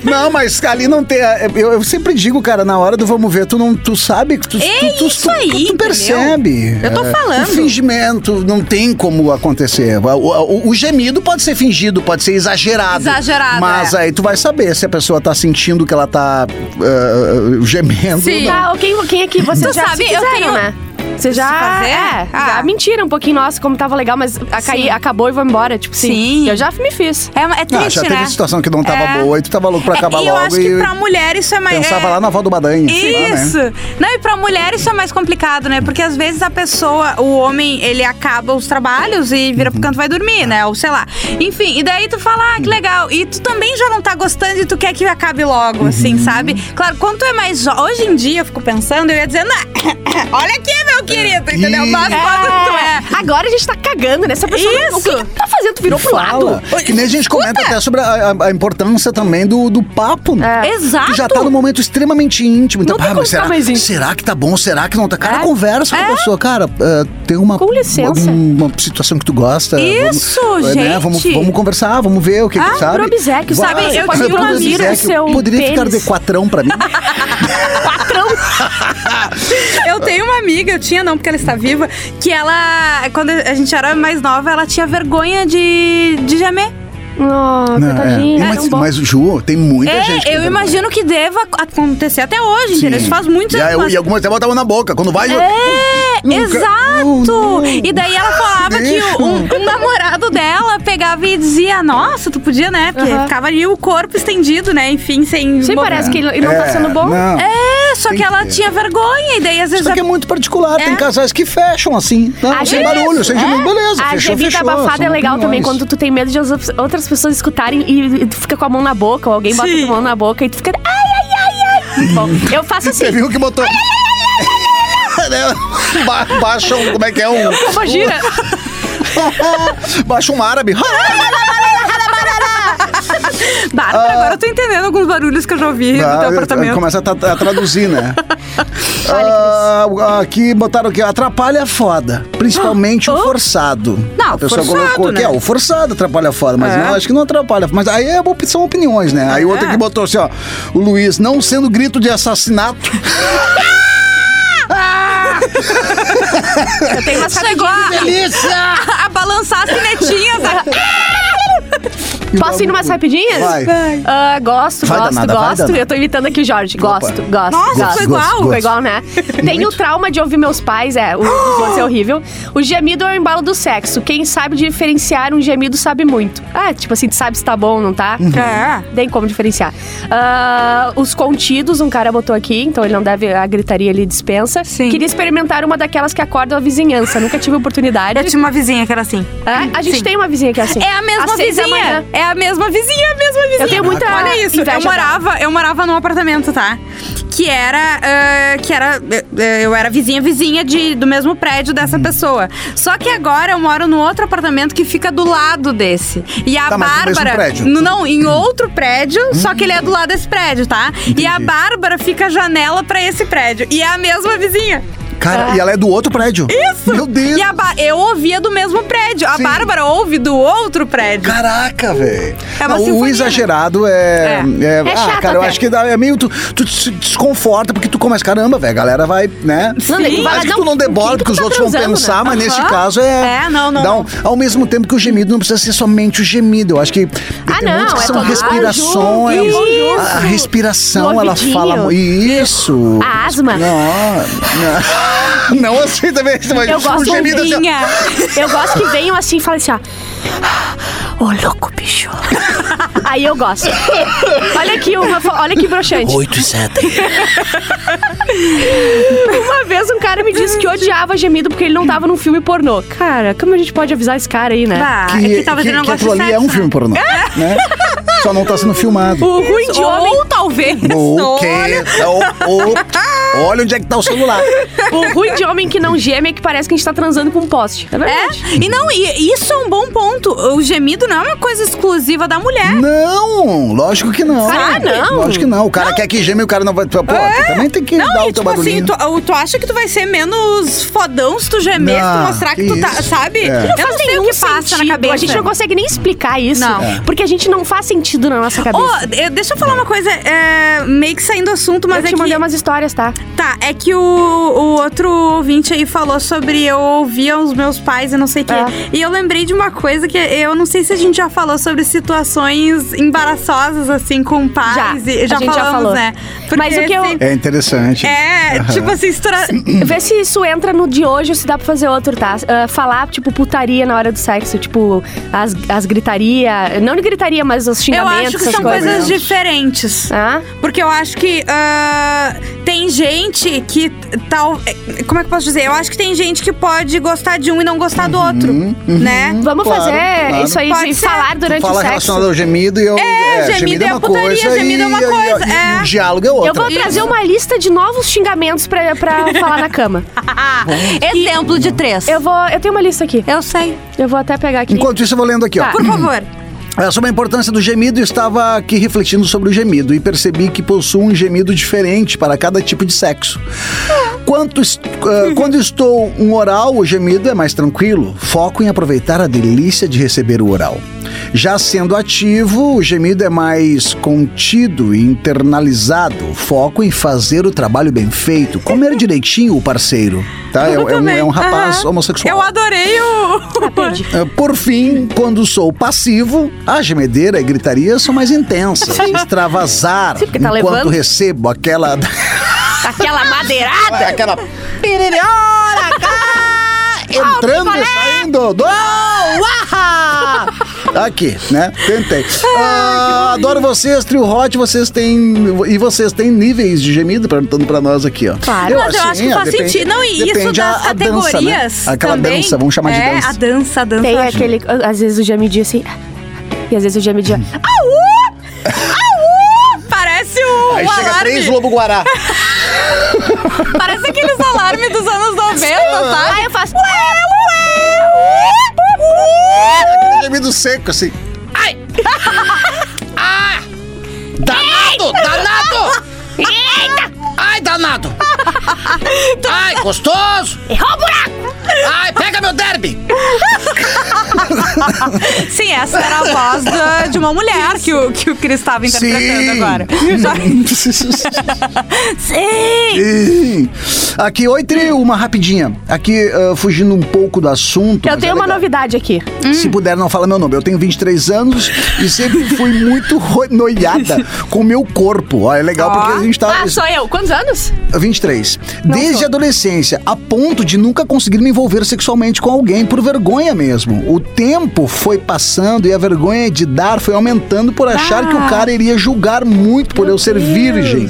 Speaker 5: Não, mas ali não tem. é, Eu, eu sempre digo, cara, na hora do vamos ver, tu não tu sabe. Tu,
Speaker 3: É
Speaker 5: tu, tu,
Speaker 3: isso
Speaker 5: tu-
Speaker 3: aí,
Speaker 5: tu
Speaker 3: entendeu?
Speaker 5: percebe.
Speaker 3: Eu tô
Speaker 5: É,
Speaker 3: falando.
Speaker 5: O fingimento não tem como acontecer. O, o- o gemido pode ser fingido, pode ser exagerado.
Speaker 3: Exagerado,
Speaker 5: Mas
Speaker 3: é.
Speaker 5: aí tu vai saber se a pessoa tá sentindo que ela tá eh, gemendo.
Speaker 3: Sim.
Speaker 4: Tá, quem, quem aqui? Vocês
Speaker 3: Tu
Speaker 4: já
Speaker 3: sabe,
Speaker 4: se
Speaker 3: eu
Speaker 4: fizeram,
Speaker 3: tenho-
Speaker 4: né? Você já,
Speaker 3: fazer?
Speaker 4: é,
Speaker 3: Ah.
Speaker 4: já mentiram um pouquinho, nossa, como tava legal, mas a caí,
Speaker 3: Sim.
Speaker 4: acabou e vou embora. Tipo assim,
Speaker 3: Sim.
Speaker 4: eu já me fiz.
Speaker 3: É, é
Speaker 5: Ah,
Speaker 3: triste,
Speaker 5: já teve
Speaker 3: né?
Speaker 5: situação que não tava
Speaker 3: É.
Speaker 5: boa e tu tava louco pra
Speaker 3: É,
Speaker 5: acabar
Speaker 3: e eu
Speaker 5: logo
Speaker 3: acho que
Speaker 5: e
Speaker 3: pra mulher isso é mais.
Speaker 5: pensava
Speaker 3: é-
Speaker 5: lá na avó do Badanha. sei lá, né?
Speaker 3: Isso. Não, e pra mulher isso é mais complicado, né? Porque às vezes a pessoa, o homem, ele acaba os trabalhos e vira pro canto e vai dormir, né? Ou sei lá. Enfim, e daí tu fala, ah, que legal. E tu também já não tá gostando e tu quer que acabe logo, assim, sabe? Claro, quando tu é mais jo... Hoje em dia, eu fico pensando, eu ia dizer, não, olha aqui, meu querido, entendeu? Mas quando tu é...
Speaker 4: Agora a gente tá cagando, né? Essa pessoa.
Speaker 3: Isso.
Speaker 4: O que que tu tá fazendo? Tu virou pro lado.
Speaker 5: Fala. Que nem a gente comenta até sobre a, a- a importância também do, do papo,
Speaker 3: É.
Speaker 5: né?
Speaker 3: Exato.
Speaker 5: Tu já tá num momento extremamente íntimo. Então,
Speaker 4: Não tem
Speaker 5: ah,
Speaker 4: como
Speaker 5: mas será,
Speaker 4: ficar mais íntimo.
Speaker 5: será que tá bom? Será que não tá? Cara,
Speaker 4: É.
Speaker 5: conversa com a pessoa. Cara, é, tem uma,
Speaker 4: Com licença.
Speaker 5: uma, uma situação que tu gosta.
Speaker 3: Isso,
Speaker 5: vamos, né, vamos,
Speaker 3: gente.
Speaker 5: vamos conversar, vamos ver o que,
Speaker 4: Ah,
Speaker 5: que sabe.
Speaker 4: pro obséquio,
Speaker 5: Vai,
Speaker 4: sabe? Eu
Speaker 5: vai
Speaker 4: tive
Speaker 5: pro
Speaker 4: uma amiga,
Speaker 5: obséquio.
Speaker 4: seu um
Speaker 5: Poderia ficar
Speaker 4: pênis.
Speaker 5: de quatrão pra mim.
Speaker 4: Patrão.
Speaker 3: Eu tenho uma amiga, eu tinha não, porque ela está viva, que ela, quando a gente era mais nova, ela tinha vergonha de, de gemer.
Speaker 4: Oh, coitadinha.
Speaker 5: é. mas,
Speaker 4: não bota.
Speaker 5: mas, Ju, tem muita gente. que
Speaker 3: É, eu
Speaker 5: tem
Speaker 3: imagino que deva acontecer até
Speaker 4: né,
Speaker 3: hoje, entendeu? Isso faz muitos
Speaker 5: e, aí,
Speaker 3: anos. mas-
Speaker 5: e algumas até botavam na boca. Quando vai.
Speaker 3: É,
Speaker 5: Nunca- Oh,
Speaker 3: exato!
Speaker 5: Não, não.
Speaker 3: E daí ela falava que
Speaker 5: Deixa.
Speaker 3: o- um, um namorado dela pegava e dizia, nossa, tu podia, né? Porque
Speaker 4: Aham.
Speaker 3: ficava ali o corpo estendido, né? Enfim, sem.
Speaker 4: Sim,
Speaker 3: mover.
Speaker 4: parece que ele não tá
Speaker 5: É,
Speaker 4: sendo bom.
Speaker 5: Não.
Speaker 3: É, só
Speaker 5: Tem
Speaker 3: que,
Speaker 5: que
Speaker 3: ela
Speaker 5: ter.
Speaker 3: tinha vergonha, e daí às vezes
Speaker 5: Isso
Speaker 3: a
Speaker 5: aqui é muito particular. Tem
Speaker 3: É.
Speaker 5: casais que fecham assim. Não,
Speaker 4: A
Speaker 5: sem
Speaker 4: gente-
Speaker 5: barulho, sem
Speaker 4: é.
Speaker 5: gemer. Beleza,
Speaker 4: A
Speaker 5: fechou,
Speaker 4: bebida
Speaker 5: fechou.
Speaker 4: abafada é
Speaker 5: são
Speaker 4: legal também
Speaker 5: opiniões.
Speaker 4: quando tu tem medo de as outras- outras pessoas escutarem e tu fica com a mão na boca, ou alguém bota
Speaker 3: Sim.
Speaker 4: a mão na boca e tu fica. Ai, ai, ai, ai. Muito Bom, eu faço assim.
Speaker 5: Teve um que botou. Né? Ba- Baixa um. Como é que é um.
Speaker 4: Opa, gira.
Speaker 5: Baixa um árabe.
Speaker 3: Bárbara, agora eu tô entendendo alguns barulhos que eu já ouvi no teu
Speaker 5: Ah,
Speaker 3: apartamento.
Speaker 5: Começa a, tra- a traduzir, né? Ah, aqui botaram aqui, atrapalha foda. Principalmente o forçado.
Speaker 3: Oh. Não,
Speaker 5: a pessoa
Speaker 3: forçado,
Speaker 5: colocou
Speaker 3: né?
Speaker 5: que é, o forçado atrapalha foda, mas
Speaker 3: É.
Speaker 5: não, acho que não atrapalha. Mas aí é op- são opiniões, né? Aí outro
Speaker 3: É.
Speaker 5: que botou assim, ó, o Luiz, não sendo grito de assassinato.
Speaker 4: Eu tenho uma
Speaker 5: é-
Speaker 3: Chegou a,
Speaker 5: Delícia!
Speaker 3: a balançar as sinetinhas. né? a-
Speaker 4: Posso ir numas rapidinhas?
Speaker 5: Vai.
Speaker 4: Ah, gosto,
Speaker 5: Vai,
Speaker 4: gosto,
Speaker 5: danada, vai,
Speaker 4: gosto.
Speaker 5: danada.
Speaker 4: eu tô imitando aqui o Jorge. Gosto, gosto.
Speaker 3: Nossa,
Speaker 4: gosto.
Speaker 3: foi igual.
Speaker 4: Ficou igual, né? Tenho trauma de ouvir meus pais, é, o você é horrível. O gemido é o embalo do sexo. Quem sabe diferenciar um gemido sabe muito. Ah, tipo assim, tu sabe se tá bom, não tá?
Speaker 5: Uhum.
Speaker 3: É.
Speaker 4: Tem como diferenciar. Ah, os contidos, um cara botou aqui, então ele não deve. A gritaria ele dispensa.
Speaker 3: Sim.
Speaker 4: Queria experimentar uma daquelas que acordam a vizinhança. Nunca tive oportunidade.
Speaker 3: Eu tinha uma vizinha que era assim.
Speaker 4: É, a gente
Speaker 3: É Sim.
Speaker 4: tem uma vizinha que é assim.
Speaker 3: É a mesma
Speaker 4: Às seis da manhã.
Speaker 3: vizinha. É a mesma vizinha, é a mesma vizinha.
Speaker 4: Eu tenho muita
Speaker 3: Olha isso,
Speaker 4: inveja
Speaker 3: eu morava, eu morava num apartamento, tá? Que era. ah, que era. eh, eu era vizinha, vizinha de, do mesmo prédio dessa
Speaker 5: Uhum.
Speaker 3: pessoa. Só que agora eu moro num outro apartamento que fica do lado desse. E a
Speaker 5: Tá, mas no mesmo
Speaker 3: Bárbara.
Speaker 5: prédio? Uhum.
Speaker 3: no- não, em outro prédio, só que ele é do lado desse prédio, tá? E a
Speaker 5: Entendi.
Speaker 3: Bárbara fica a janela pra esse prédio. E é a mesma vizinha.
Speaker 5: Cara, e ela é do outro prédio. Isso! Meu Deus!
Speaker 3: E a Bá- eu ouvia do mesmo prédio. A
Speaker 5: Sim.
Speaker 3: Bárbara ouve do outro prédio.
Speaker 5: Caraca, velho.
Speaker 3: É uma
Speaker 5: Não, o
Speaker 3: sinfonia,
Speaker 5: exagerado é.
Speaker 3: É.
Speaker 5: é-
Speaker 4: né? É
Speaker 5: ah,
Speaker 4: chato
Speaker 5: cara, eu
Speaker 4: até.
Speaker 5: acho que dá- é meio. Tu, tu se desconforta porque tu começa, caramba, velho, a galera vai, né?
Speaker 4: Não, daí tu vai lá,
Speaker 5: Acho que
Speaker 4: não,
Speaker 5: tu não
Speaker 4: com quem
Speaker 5: debola,
Speaker 4: tu
Speaker 5: porque os
Speaker 4: tá
Speaker 5: outros vão
Speaker 4: transando,
Speaker 5: pensar,
Speaker 4: né?
Speaker 5: mas nesse
Speaker 3: Aham.
Speaker 5: caso é.
Speaker 3: É, não, não,
Speaker 5: Dá um- ao mesmo tempo que o gemido não precisa ser somente o gemido. Eu acho que
Speaker 4: Ah,
Speaker 5: tem
Speaker 4: não,
Speaker 5: muitos que
Speaker 4: é
Speaker 5: são
Speaker 4: todo
Speaker 5: respirações.
Speaker 4: o conjunto.
Speaker 5: A
Speaker 4: Isso.
Speaker 5: respiração,
Speaker 4: No
Speaker 5: ela
Speaker 4: ouvidinho.
Speaker 5: fala. mu- Isso!
Speaker 4: A asma.
Speaker 5: Não, não. Não assim também, mas
Speaker 4: Eu gosto
Speaker 5: o gemido assim, ó.
Speaker 3: Vizinha.
Speaker 4: Eu gosto que venham assim e falem assim, ó. Ô, louco, bicho. Aí eu gosto. Olha aqui, uma, fo- olha que broxante.
Speaker 6: 8 7.
Speaker 4: Uma vez um cara me disse que odiava gemido porque ele não tava num filme pornô. Cara, como a gente pode avisar esse cara aí, né?
Speaker 3: Bah, é que talvez ele não
Speaker 5: que
Speaker 3: goste
Speaker 5: aquilo
Speaker 3: de
Speaker 5: ali
Speaker 3: sexo,
Speaker 5: é um
Speaker 3: né?
Speaker 5: filme pornô, né? Só não tá sendo filmado.
Speaker 4: O ruim de homem,
Speaker 3: Ou talvez.
Speaker 5: O quê? O- o- Olha onde é que tá o celular.
Speaker 4: o ruim de homem que não geme é que parece que a gente tá transando com um poste. É verdade.
Speaker 3: É, e não, e isso é um bom ponto. O gemido não é uma coisa exclusiva da mulher.
Speaker 5: Não, lógico que não.
Speaker 4: Ah, não.
Speaker 5: Lógico que não. O cara quer que geme e o cara não vai. Pô, tu também tem que dar
Speaker 3: É. Não,
Speaker 5: o
Speaker 3: e
Speaker 5: teu
Speaker 3: tipo assim,
Speaker 5: barulhinho.
Speaker 3: tu, tu acha que tu vai ser menos fodão se tu gemer, se tu
Speaker 5: Não,
Speaker 3: mostrar que
Speaker 5: que
Speaker 3: tu tá,
Speaker 5: isso.
Speaker 3: sabe?
Speaker 5: É.
Speaker 3: Eu não sei o
Speaker 4: nenhum
Speaker 3: que passa na
Speaker 4: sentido.
Speaker 3: cabeça.
Speaker 4: A gente não consegue nem explicar isso.
Speaker 3: Não.
Speaker 4: Porque a gente não faz sentido na nossa cabeça.
Speaker 3: Ô, eu- deixa eu falar uma coisa, é, meio que saindo do assunto, mas
Speaker 4: eu
Speaker 3: é
Speaker 4: te
Speaker 3: que...
Speaker 4: mandei umas histórias, tá?
Speaker 3: Tá, é que o, o outro ouvinte aí falou sobre eu ouvia os meus pais e não sei o quê.
Speaker 4: É.
Speaker 3: E eu lembrei de uma coisa que eu não sei se a gente já falou sobre situações embaraçosas, assim, com pais.
Speaker 4: Já,
Speaker 3: e,
Speaker 4: a gente já
Speaker 3: falamos,
Speaker 4: falou.
Speaker 3: né? Porque
Speaker 4: Mas o que eu-
Speaker 3: sempre-
Speaker 5: É interessante.
Speaker 3: É,
Speaker 5: Aham.
Speaker 3: tipo assim, estra...
Speaker 4: Vê se isso entra no de hoje ou se dá pra fazer outro, tá? Ah, falar, tipo, putaria na hora do sexo, tipo, as, as gritaria. Não de gritaria, mas os
Speaker 3: eu
Speaker 4: xingamentos,
Speaker 3: acho que
Speaker 4: essas
Speaker 3: são
Speaker 4: coisas.
Speaker 3: coisas diferentes.
Speaker 4: Ah,
Speaker 3: Porque eu acho que ah, tem gente que tal. Como é que eu posso dizer? Eu acho que tem gente que pode gostar de um e não gostar do outro, né?
Speaker 4: vamos
Speaker 5: Claro,
Speaker 4: fazer
Speaker 5: claro.
Speaker 4: isso aí
Speaker 3: Pode
Speaker 4: de
Speaker 3: ser.
Speaker 4: falar durante
Speaker 5: Fala
Speaker 4: o sexo.
Speaker 5: relacionado ao gemido e ao. É,
Speaker 3: gemido é
Speaker 5: uma
Speaker 3: putaria,
Speaker 5: coisa.
Speaker 3: gemido é uma
Speaker 5: e- e-
Speaker 3: coisa,
Speaker 5: e-
Speaker 3: é.
Speaker 5: e o diálogo é
Speaker 4: Eu
Speaker 5: outra.
Speaker 4: vou trazer
Speaker 3: um
Speaker 4: uma lista de novos xingamentos pra, pra falar na cama.
Speaker 3: Exemplo de três.
Speaker 4: Eu vou. Eu tenho uma lista aqui.
Speaker 3: eu sei.
Speaker 4: Eu vou até pegar aqui.
Speaker 5: Enquanto isso, eu vou lendo aqui, ó.
Speaker 4: Tá.
Speaker 3: Por favor.
Speaker 5: É, Sobre a importância do gemido, estava aqui refletindo sobre o gemido e percebi que possuo um gemido diferente para cada tipo de sexo. Quanto es- ah,
Speaker 3: Uhum.
Speaker 5: quando estou um oral, o gemido é mais tranquilo. Foco em aproveitar a delícia de receber o oral. Já sendo ativo, o gemido é mais contido e internalizado. Foco em fazer o trabalho bem feito, comer direitinho o parceiro. Tá? É, é um, é um rapaz
Speaker 3: Aham.
Speaker 5: homossexual.
Speaker 3: Eu adorei o.
Speaker 5: É, Por fim, quando sou passivo, a gemedeira e gritaria são mais intensas. Extravasar
Speaker 4: Sim, porque tá
Speaker 5: enquanto
Speaker 4: levando.
Speaker 5: recebo aquela.
Speaker 4: Aquela madeirada.
Speaker 5: aquela. piririora, tá? Entrando e saindo. Do... Uá! Aqui, né? Tentei. Ah, adoro vocês, trio hot. Vocês têm. E vocês têm níveis de gemido perguntando pra nós aqui, ó. assim,
Speaker 3: Claro, mas eu acho que
Speaker 5: ó,
Speaker 3: faz sentido. Não, e isso
Speaker 5: depende
Speaker 3: das
Speaker 5: a- a dança, né?
Speaker 3: categorias.
Speaker 5: Aquela
Speaker 3: também.
Speaker 5: dança, vamos chamar de
Speaker 3: É,
Speaker 5: dança.
Speaker 3: a dança, a dança.
Speaker 4: Tem
Speaker 3: eu acho.
Speaker 4: aquele. Às vezes o gemidinho assim. E às vezes o gemidinho.
Speaker 3: Parece o,
Speaker 5: Aí
Speaker 3: o
Speaker 5: chega
Speaker 3: alarme.
Speaker 5: três lobo guará.
Speaker 3: Parece aqueles alarmes dos anos 90, sabe?
Speaker 4: Aí Ah, eu faço.
Speaker 5: Aquele gemido seco, assim.
Speaker 6: Ah! Danado! Danado! Ai, danado! Ai, gostoso!
Speaker 4: Errou o buraco!
Speaker 6: Ai, pega meu derby!
Speaker 3: Sim, essa era a voz da- de uma mulher que o, que o Cris estava interpretando agora. Sim!
Speaker 5: Sim. Aqui, oi, Tri, uma rapidinha. Aqui, ah, fugindo um pouco do assunto.
Speaker 4: Eu
Speaker 5: mas é
Speaker 4: tenho uma
Speaker 5: legal.
Speaker 4: novidade aqui.
Speaker 5: Se puder, não fala meu nome. Eu tenho 23 anos e sempre fui muito ro- noiada com o meu corpo. Ó, é legal porque a gente tá.
Speaker 4: Ah, sou eu. Quantos anos?
Speaker 5: 23. Desde a adolescência, a ponto de nunca conseguir me envolver sexualmente com alguém, por vergonha mesmo. O tempo foi passando e a vergonha de dar foi aumentando por achar que o cara iria julgar muito por eu ser virgem.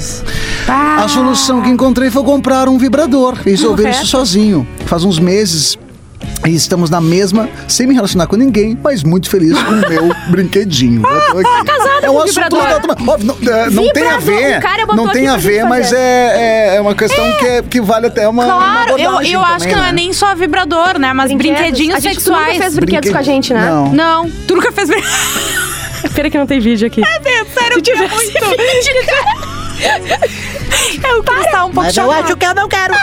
Speaker 5: A solução que encontrei foi comprar um vibrador e resolver isso sozinho. Faz uns meses. E estamos na mesma, sem me relacionar com ninguém, mas muito feliz com o meu brinquedinho. Eu tô aqui.
Speaker 4: casada
Speaker 5: é um
Speaker 4: Ah, tá com
Speaker 5: assunto
Speaker 4: vibrador.
Speaker 5: legal também. Óbvio, não, é, não tem a
Speaker 4: Vibrador,
Speaker 5: ver.
Speaker 4: o cara botou
Speaker 5: não tem
Speaker 4: aqui
Speaker 5: a
Speaker 4: pra
Speaker 5: ver,
Speaker 4: gente
Speaker 5: mas
Speaker 4: fazer.
Speaker 5: é, é, é uma questão Que, é- que vale até uma. uma
Speaker 3: Claro, eu,
Speaker 5: abordagem
Speaker 3: eu acho
Speaker 5: também,
Speaker 3: que não é
Speaker 5: né?
Speaker 3: nem só vibrador, né? Mas brinquedinhos
Speaker 4: A gente, tu nunca
Speaker 3: sexuais.
Speaker 4: fez brinquedos com a gente, né?
Speaker 5: Não.
Speaker 3: Não, tu nunca fez brinquedo.
Speaker 4: Pera que não tem vídeo aqui.
Speaker 3: Sério, que é muito. É, o Cris tá um pouco
Speaker 7: Mas eu
Speaker 3: chocado.
Speaker 7: acho que eu não quero.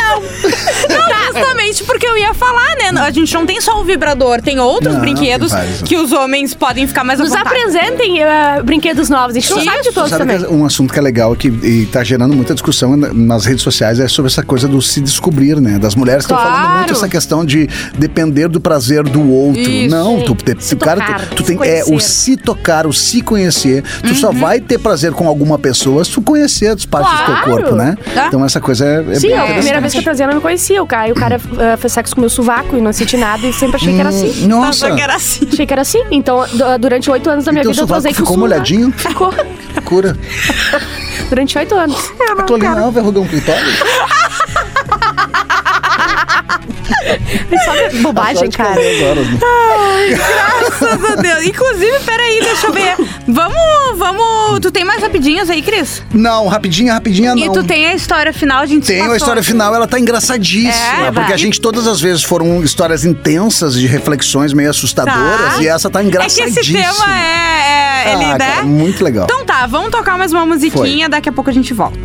Speaker 3: Não, justamente porque eu ia falar, né? A gente não tem só o vibrador, tem outros
Speaker 5: Não,
Speaker 3: brinquedos
Speaker 5: tem vários.
Speaker 3: que os homens podem ficar mais à
Speaker 4: Nos
Speaker 3: vontade.
Speaker 4: apresentem eh, brinquedos novos. A gente não sabe de todos
Speaker 5: tá. Sabe
Speaker 4: também.
Speaker 5: que um assunto que é legal que e tá gerando muita discussão na- nas redes sociais é sobre essa coisa do se descobrir, né? Das mulheres estão falando
Speaker 3: Claro.
Speaker 5: muito essa questão de depender do prazer do outro.
Speaker 3: Isso.
Speaker 5: Não, tu, te-
Speaker 4: Se
Speaker 5: tu- cara, tu-
Speaker 4: tocar,
Speaker 5: tu,
Speaker 4: se
Speaker 5: tem é o
Speaker 4: conhecer. Uhum.
Speaker 5: se tocar, o se conhecer. Tu só vai ter prazer com alguma pessoa se tu conhecer as partes do teu
Speaker 4: Claro.
Speaker 5: corpo, né?
Speaker 3: Tá.
Speaker 5: Então essa coisa é, é
Speaker 4: Sim,
Speaker 5: bem
Speaker 4: a primeira
Speaker 5: interessante.
Speaker 4: vez que eu trazia, eu não me conhecia. O cara, e o cara eh, fez sexo com o meu sovaco e não senti nada e sempre achei que era assim.
Speaker 5: Nossa,
Speaker 3: Nossa, que era assim.
Speaker 4: Achei que era assim. Então, du- durante oito anos da minha
Speaker 5: teu
Speaker 4: vida, eu
Speaker 5: sovaco
Speaker 4: transei com o
Speaker 5: ficou
Speaker 4: sovaco.
Speaker 5: molhadinho?
Speaker 4: Ficou.
Speaker 5: cura.
Speaker 4: Durante oito anos.
Speaker 5: A tua linha não é verrugão clitóris?
Speaker 4: Sabe bobagem,
Speaker 5: Pode fazer
Speaker 4: cara.
Speaker 5: Agora, né?
Speaker 3: Graças a Deus. Inclusive, peraí, deixa eu ver. Vamos, vamos. Tu tem mais rapidinhos aí, Cris?
Speaker 5: Não, rapidinha, rapidinha não.
Speaker 3: E tu tem a história final, a gente se
Speaker 5: Tem a
Speaker 3: passou.
Speaker 5: história final, ela tá engraçadíssima.
Speaker 3: É, vai.
Speaker 5: porque a gente, todas as vezes, foram histórias intensas, de reflexões meio assustadoras,
Speaker 3: Tá.
Speaker 5: e essa tá
Speaker 3: É que
Speaker 5: engraçadíssima.
Speaker 3: esse tema é. é ele,
Speaker 5: Ah,
Speaker 3: né?
Speaker 5: cara, muito legal.
Speaker 3: Então tá, vamos tocar mais uma musiquinha, daqui a pouco a gente volta.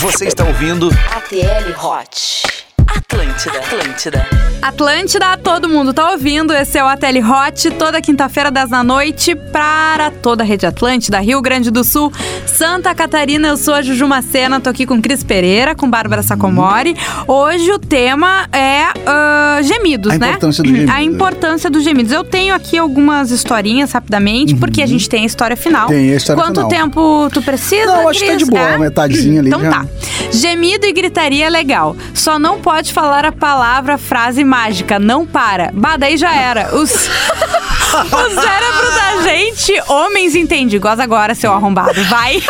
Speaker 1: Você está ouvindo
Speaker 2: ATL Hot. Atlântida. Atlântida.
Speaker 3: Atlântida, todo mundo tá ouvindo. Esse é o Ateli Hot, toda quinta-feira, 10 da noite, para toda a Rede Atlântida, Rio Grande do Sul, Santa Catarina. Eu sou a Juju Macena, tô aqui com Cris Pereira, com Bárbara Sacomori. Hoje o tema é ah, gemidos,
Speaker 5: A
Speaker 3: né?
Speaker 5: importância do gemido.
Speaker 3: A importância dos gemidos. Eu tenho aqui algumas historinhas rapidamente, porque a gente tem a história final.
Speaker 5: Uhum. Tem a história
Speaker 3: Quanto
Speaker 5: final.
Speaker 3: tempo tu precisa?
Speaker 5: Não, acho que tá
Speaker 3: Cris?
Speaker 5: de boa,
Speaker 3: É?
Speaker 5: metadezinha ali
Speaker 3: Então
Speaker 5: já.
Speaker 3: tá. Gemido e gritaria é legal. Só não pode falar a palavra, a frase mágica. Não para. Bah, daí já era. Os... o cérebro da gente, homens, entende. Goza agora, seu arrombado. Vai.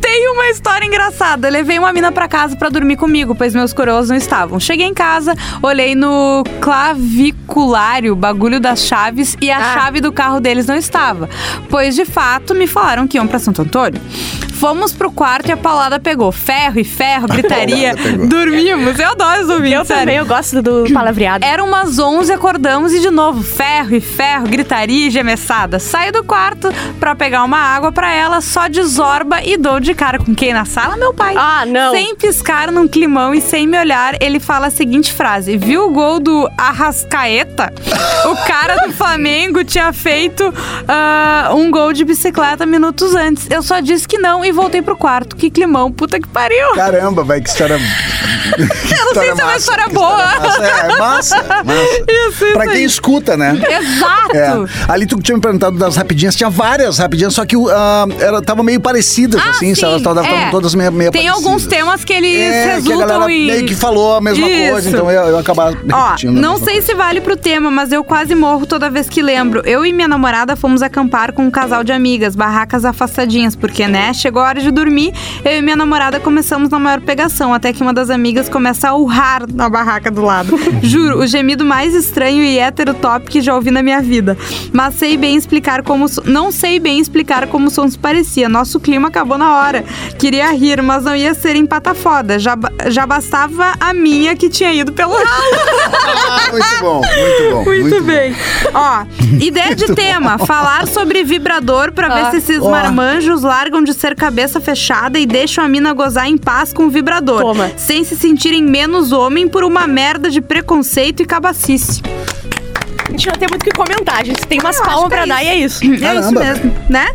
Speaker 3: Tem uma história engraçada. Eu levei uma mina pra casa pra dormir comigo, pois meus coroas não estavam. Cheguei em casa, olhei no claviculário, bagulho das chaves, e a
Speaker 4: Ah.
Speaker 3: chave do carro deles não estava. Pois, de fato, me falaram que iam pra Santo Antônio. Fomos pro quarto e a paulada pegou. Ferro e ferro, gritaria.
Speaker 5: paulada pegou.
Speaker 3: Dormimos. Eu adoro os ouvintes,
Speaker 4: Eu
Speaker 3: sério.
Speaker 4: também, eu gosto do palavreado.
Speaker 5: É.
Speaker 3: Era umas 11, acordamos e de novo ferro e ferro, gritaria e gemessada. Saio do quarto pra pegar uma água pra ela, só desorba e dou de cara com quem na sala? Meu pai.
Speaker 4: Ah, não.
Speaker 3: Sem piscar num climão e sem me olhar, ele fala a seguinte frase: Viu o gol do Arrascaeta? o cara do Flamengo tinha feito ah, um gol de bicicleta minutos antes. Eu só disse que não e voltei pro quarto. Que climão, puta que pariu.
Speaker 5: Caramba, vai que história. Eu
Speaker 3: não sei se é uma história boa.
Speaker 5: É, massa, massa.
Speaker 3: Isso, isso
Speaker 5: Pra
Speaker 3: aí.
Speaker 5: quem escuta, né?
Speaker 3: Exato!
Speaker 5: É. Ali tu tinha me perguntado das rapidinhas, tinha várias rapidinhas, só que ah, ela tava meio parecidas,
Speaker 3: Ah,
Speaker 5: assim,
Speaker 3: sim,
Speaker 5: elas estavam
Speaker 3: é.
Speaker 5: todas meio, meio
Speaker 3: Tem
Speaker 5: parecidas.
Speaker 3: alguns temas que eles
Speaker 5: é, que a
Speaker 3: resultam
Speaker 5: galera
Speaker 3: em.
Speaker 5: meio que falou a mesma coisa,
Speaker 3: Isso.
Speaker 5: então eu, eu acabava
Speaker 3: Ó,
Speaker 5: repetindo. a
Speaker 3: não
Speaker 5: mesma
Speaker 3: sei se vale pro tema, mas eu quase morro toda vez que lembro. Eu e minha namorada fomos acampar com um casal de amigas, barracas afastadinhas, porque, né, chegou a hora de dormir, eu e minha namorada começamos na maior pegação, até que uma das amigas começa a urrar na barraca do lado. Juro, o gemido mais estranho e hétero top que já ouvi na minha vida. Mas sei bem explicar como... so- Não sei bem explicar como o som se parecia. Nosso clima acabou na hora. Queria rir, mas não ia ser empata foda. Já, ba- já bastava a minha que tinha ido pelo
Speaker 5: coisa. Muito bom, muito bom.
Speaker 3: muito, bem. Ó, ideia de tema: falar sobre vibrador pra ver se esses
Speaker 5: Ó.
Speaker 3: marmanjos largam de ser cabeça fechada e deixam a mina gozar em paz com o vibrador.
Speaker 4: Toma.
Speaker 3: Sem se sentirem menos homem por uma merda de preconceito e cabacice.
Speaker 4: A gente não tem muito o que comentar, a gente tem umas
Speaker 3: Eu acho
Speaker 4: palmas
Speaker 3: que é
Speaker 4: pra dar e é isso.
Speaker 3: É isso
Speaker 5: Caramba.
Speaker 3: mesmo, né?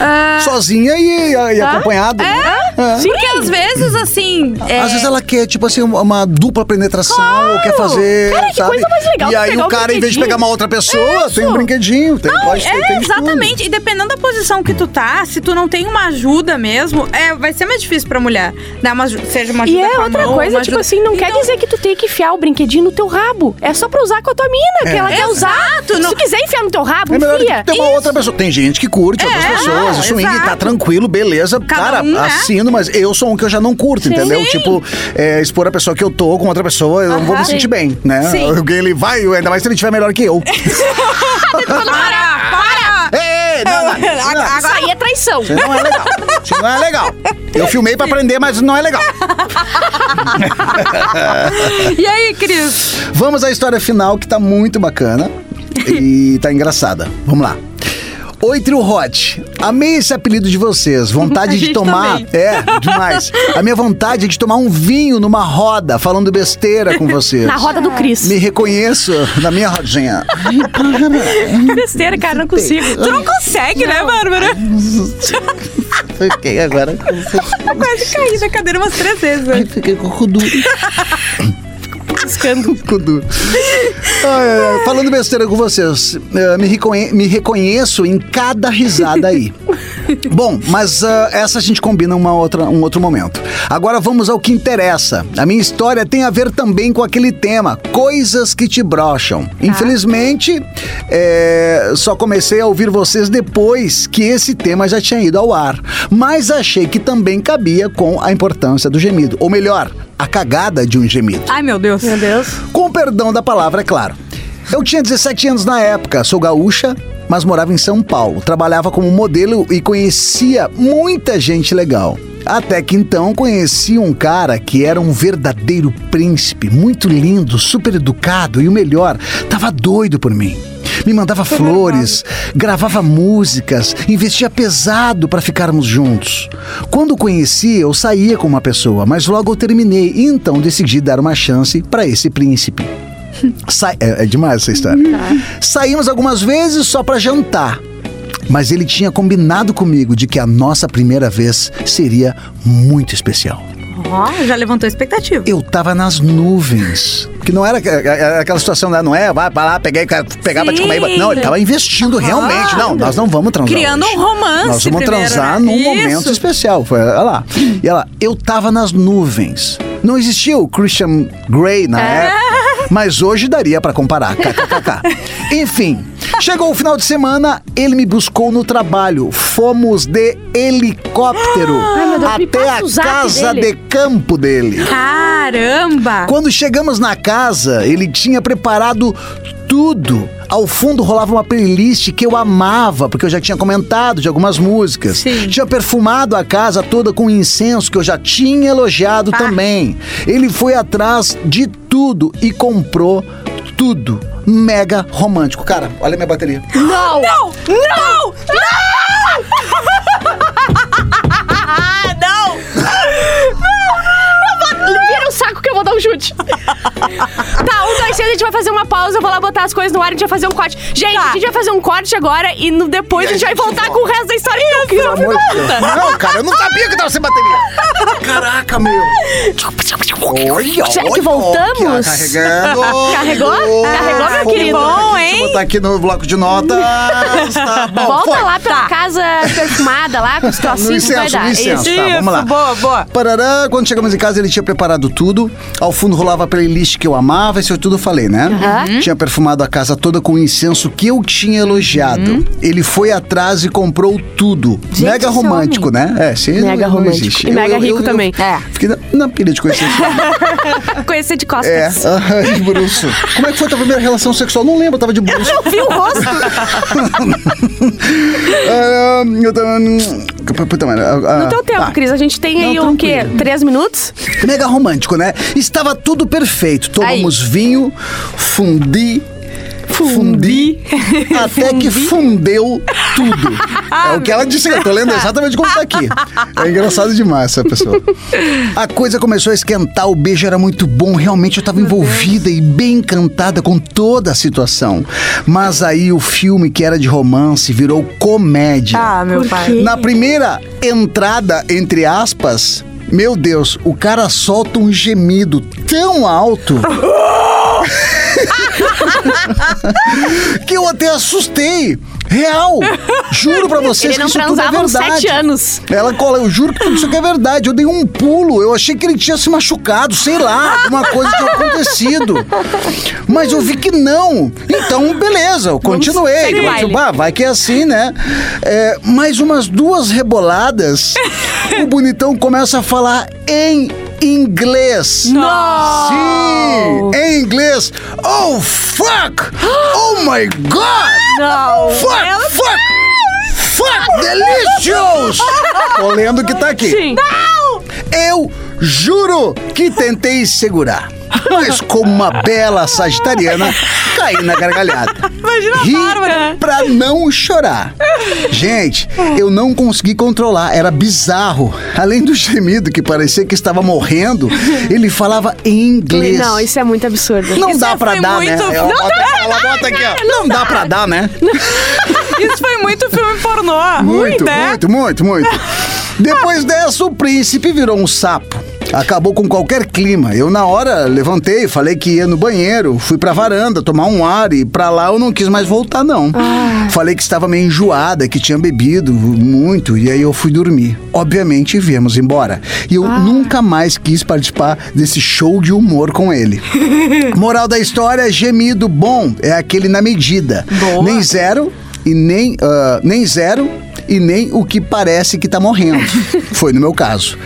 Speaker 3: Ah,
Speaker 5: Sozinha e, e acompanhada. né? É.
Speaker 3: Porque às vezes, assim. é,
Speaker 5: Às vezes ela quer, tipo assim, uma- uma dupla penetração, ou quer fazer.
Speaker 4: Cara, que
Speaker 5: sabe?
Speaker 4: coisa mais legal
Speaker 5: E
Speaker 4: que
Speaker 5: aí
Speaker 4: pegar
Speaker 5: o
Speaker 4: um
Speaker 5: cara, em vez de
Speaker 4: brinquedinho.
Speaker 5: pegar uma outra pessoa, tem um brinquedinho. Tem, pode ter- tem
Speaker 3: É,
Speaker 5: de tudo.
Speaker 3: exatamente. E dependendo da posição que tu tá, se tu não tem uma ajuda mesmo, é, vai ser mais difícil pra mulher. Dar uma, aju- seja uma
Speaker 4: E
Speaker 3: ajuda.
Speaker 4: é
Speaker 3: com a
Speaker 4: outra
Speaker 3: mão,
Speaker 4: coisa,
Speaker 3: uma
Speaker 4: tipo
Speaker 3: ajuda-
Speaker 4: assim,
Speaker 3: Então
Speaker 4: não quer dizer que tu tem que enfiar o brinquedinho no teu rabo. É só pra usar com a tua mina, que ela quer usar.
Speaker 3: Exato,
Speaker 4: Se
Speaker 3: não-
Speaker 4: tu quiser enfiar no teu rabo,
Speaker 5: É melhor do
Speaker 4: enfia.
Speaker 5: que ter uma outra pessoa. Tem gente que curte outras pessoas,
Speaker 3: não,
Speaker 5: isso swing tá
Speaker 3: É, exato.
Speaker 5: tranquilo, beleza.
Speaker 3: Cada
Speaker 5: cara,
Speaker 3: um, né?
Speaker 5: assino, mas eu sou um que eu já não curto, entendeu?
Speaker 3: Sim.
Speaker 5: Tipo, é, expor a pessoa que eu tô com outra pessoa, eu não vou me
Speaker 4: Sim.
Speaker 5: sentir bem, né?
Speaker 3: Sim.
Speaker 5: Alguém ele vai, ainda mais se ele tiver melhor que eu.
Speaker 3: Para, para!
Speaker 5: Ei, não, não, isso não,
Speaker 4: Isso aí é traição.
Speaker 5: isso não é legal. Isso não é legal. Eu filmei pra aprender, mas não é legal.
Speaker 3: E aí, Cris?
Speaker 5: Vamos à história final que tá muito bacana e tá engraçada. Vamos lá. Oi, Trio Hot. Amei esse apelido de vocês.
Speaker 3: A
Speaker 5: Vontade de
Speaker 3: gente
Speaker 5: tomar.
Speaker 3: também.
Speaker 5: É, demais. A minha vontade é de tomar um vinho numa roda, falando besteira com vocês.
Speaker 4: Na roda do Cris.
Speaker 5: Me reconheço na minha rodinha.
Speaker 4: Besteira, cara, não consigo.
Speaker 3: Tu não consegue, né, Bárbara?
Speaker 5: Fiquei agora.
Speaker 3: Eu quase caí da cadeira umas três vezes. né?
Speaker 5: Fiquei com o cu duro.
Speaker 4: Piscando.
Speaker 5: Cu duro. Ai, ai, ai. Falando besteira com vocês, eh, me, reconhe- me reconheço em cada risada aí. Bom, mas ah, essa a gente combina uma outra, um outro momento. Agora vamos ao que interessa. A minha história tem a ver também com aquele tema: coisas que te brocham. Infelizmente, eh, só comecei a ouvir vocês depois que esse tema já tinha ido ao ar. Mas achei que também cabia com a importância do gemido. Ou melhor, a cagada de um gemido.
Speaker 3: Ai, meu Deus.
Speaker 4: Meu Deus.
Speaker 5: Com o perdão da palavra, é claro. Eu tinha 17 anos na época, sou gaúcha, mas morava em São Paulo. Trabalhava como modelo e conhecia muita gente legal. Até que então conheci um cara que era um verdadeiro príncipe, muito lindo, super educado e o melhor, tava doido por mim. Me mandava flores, gravava músicas, investia pesado para ficarmos juntos. Quando o conheci, eu saía com uma pessoa, mas logo eu terminei e então decidi dar uma chance para esse príncipe. Sa- é, é demais essa história. Saímos algumas vezes só pra jantar. Mas ele tinha combinado comigo de que a nossa primeira vez seria muito especial.
Speaker 3: Ó, já levantou a expectativa.
Speaker 5: Eu tava nas nuvens. Que não era é, é, é aquela situação, né? Não é, vai pra lá, peguei, ca- pegar pra te comer.
Speaker 3: Sim.
Speaker 5: Não, ele tava investindo realmente. Não, nós não vamos transar.
Speaker 3: Criando
Speaker 5: hoje.
Speaker 3: um romance
Speaker 5: Nós vamos
Speaker 3: primeiro,
Speaker 5: transar
Speaker 3: né?
Speaker 5: num
Speaker 3: Isso.
Speaker 5: momento especial. Foi, olha lá. E ela, eu tava nas nuvens. Não existia o Christian Grey na
Speaker 4: É.
Speaker 5: época. Mas hoje daria pra comparar. KKKK. Enfim, chegou o final de semana, ele me buscou no trabalho. Fomos de helicóptero
Speaker 4: meu Deus, me
Speaker 5: até
Speaker 4: Ah, passa
Speaker 5: a
Speaker 4: o zap
Speaker 5: casa
Speaker 4: dele.
Speaker 5: de campo dele.
Speaker 3: Caramba!
Speaker 5: Quando chegamos na casa, ele tinha preparado tudo. Ao fundo rolava uma playlist que eu amava, porque eu já tinha comentado de algumas músicas.
Speaker 3: Sim.
Speaker 5: Tinha perfumado a casa toda com incenso que eu já tinha elogiado também. Ele foi atrás de tudo e comprou tudo. Mega romântico. Cara, olha minha bateria.
Speaker 4: Não!
Speaker 3: Não! Não! Não! não!
Speaker 4: Vira o saco que eu vou dar um chute. tá, um, dois, três, a gente vai fazer uma pausa, eu vou lá botar as coisas no ar, a gente vai fazer um corte. Gente,
Speaker 3: Tá.
Speaker 4: a gente vai fazer um corte agora e no- depois a gente vai voltar com o resto da história que eu fiz.
Speaker 5: Amor de Deus. Não, cara, eu não sabia que tava sem bateria. Caraca, meu. Olha,
Speaker 4: Será que
Speaker 5: olha,
Speaker 4: voltamos?
Speaker 5: ó, Carregando.
Speaker 4: Carregou? Carregou, meu
Speaker 5: Vou
Speaker 4: querido?
Speaker 5: botar aqui,
Speaker 3: Bom,
Speaker 5: Deixa eu
Speaker 3: hein?
Speaker 5: botar aqui no bloco de notas. Tá bom,
Speaker 4: Volta
Speaker 5: foi.
Speaker 4: lá pela casa perfumada, lá com os
Speaker 5: No
Speaker 4: trocinhos que vai
Speaker 5: incenso,
Speaker 4: dar.
Speaker 5: no incenso,
Speaker 4: Isso.
Speaker 5: tá, vamos lá.
Speaker 3: Isso, boa, boa.
Speaker 5: Parará, quando chegamos em casa, ele tinha preparado tudo. Ao fundo rolava a playlist que eu amava, isso eu tudo falei, né? Tinha perfumado a casa toda com o incenso que eu tinha elogiado.
Speaker 4: Uhum.
Speaker 5: Ele foi atrás e comprou tudo.
Speaker 3: Gente,
Speaker 5: mega
Speaker 3: esse
Speaker 5: romântico, né? É, sim.
Speaker 4: Mega
Speaker 5: não,
Speaker 4: romântico.
Speaker 5: Não existe.
Speaker 4: E mega rico também.
Speaker 5: É.
Speaker 4: É.
Speaker 5: Fiquei na, na pilha de conhecer esse cara.
Speaker 4: Conhecer de
Speaker 5: É,
Speaker 4: costas.
Speaker 5: ai, Bruxo. Como é que foi a tua primeira relação sexual? Não lembro, eu tava de bruxo.
Speaker 4: Eu vi o rosto.
Speaker 5: Ah, eu tava. Puta, mano. ah,
Speaker 4: No teu
Speaker 5: Tá.
Speaker 4: tempo, Cris, a gente tem aí
Speaker 5: Não,
Speaker 4: o quê? Três minutos?
Speaker 5: Mega romântico, né? Estava tudo perfeito. Tomamos vinho, fundi. Fundi. Até que fundeu tudo. É o que ela disse, eu tô lendo exatamente como tá aqui. É engraçado demais essa pessoa. A coisa começou a esquentar, o beijo era muito bom, realmente eu tava envolvida e bem encantada com toda a situação. Mas aí o filme que era de romance virou comédia.
Speaker 3: Ah, meu pai.
Speaker 5: Na primeira entrada, entre aspas, meu Deus, o cara solta um gemido tão alto. que eu até assustei. Real. Juro pra vocês
Speaker 4: Ele
Speaker 5: que
Speaker 4: não
Speaker 5: isso tudo é
Speaker 4: transava uns
Speaker 5: verdade.
Speaker 4: sete anos.
Speaker 5: Ela cola, eu juro que tudo isso aqui é verdade. Eu dei um pulo, eu achei que ele tinha se machucado, sei lá, alguma coisa tinha acontecido. Mas eu vi que não. Então, beleza, eu continuei.
Speaker 4: segue o
Speaker 5: Mas,
Speaker 4: baile.
Speaker 5: bah, vai que é assim, né? É, mais umas duas reboladas, o bonitão começa a falar em inglês.
Speaker 4: Não!
Speaker 5: Sim, em inglês. Oh, fuck! Oh, my God!
Speaker 4: Não! tá-
Speaker 5: Fuck, fuck, fuck, delicious! Tô lendo o que tá aqui.
Speaker 4: Sim.
Speaker 5: Eu juro que tentei segurar. Mas como uma bela sagitariana, caí na gargalhada.
Speaker 3: Imagina a
Speaker 5: Ri
Speaker 3: Bárbara.
Speaker 5: pra não chorar. Gente, eu não consegui controlar, era bizarro. Além do gemido que parecia que estava morrendo, ele falava em inglês.
Speaker 4: Não, isso é muito absurdo.
Speaker 5: Não
Speaker 3: isso
Speaker 5: dá
Speaker 3: é-
Speaker 5: pra
Speaker 3: foi
Speaker 5: dar, né?
Speaker 3: muito-
Speaker 5: Ela
Speaker 3: Não
Speaker 5: bota, ela bota aqui, ó. Não dá pra dar, né?
Speaker 3: Isso foi muito filme pornô.
Speaker 5: Muito,
Speaker 3: né?
Speaker 5: muito, muito, muito. Depois dessa, o príncipe virou um sapo. Acabou com qualquer clima. Eu, na hora, levantei, falei que ia no banheiro, fui pra varanda tomar um ar e pra lá eu não quis mais voltar, não. Falei que estava meio enjoada, que tinha bebido muito e aí eu fui dormir. Obviamente, viemos embora. E eu nunca mais quis participar desse show de humor com ele.
Speaker 4: Hum.
Speaker 5: Moral da história: gemido bom é aquele na medida. Nem zero e nem, ah, nem zero e nem o que parece que tá morrendo. Foi no meu caso.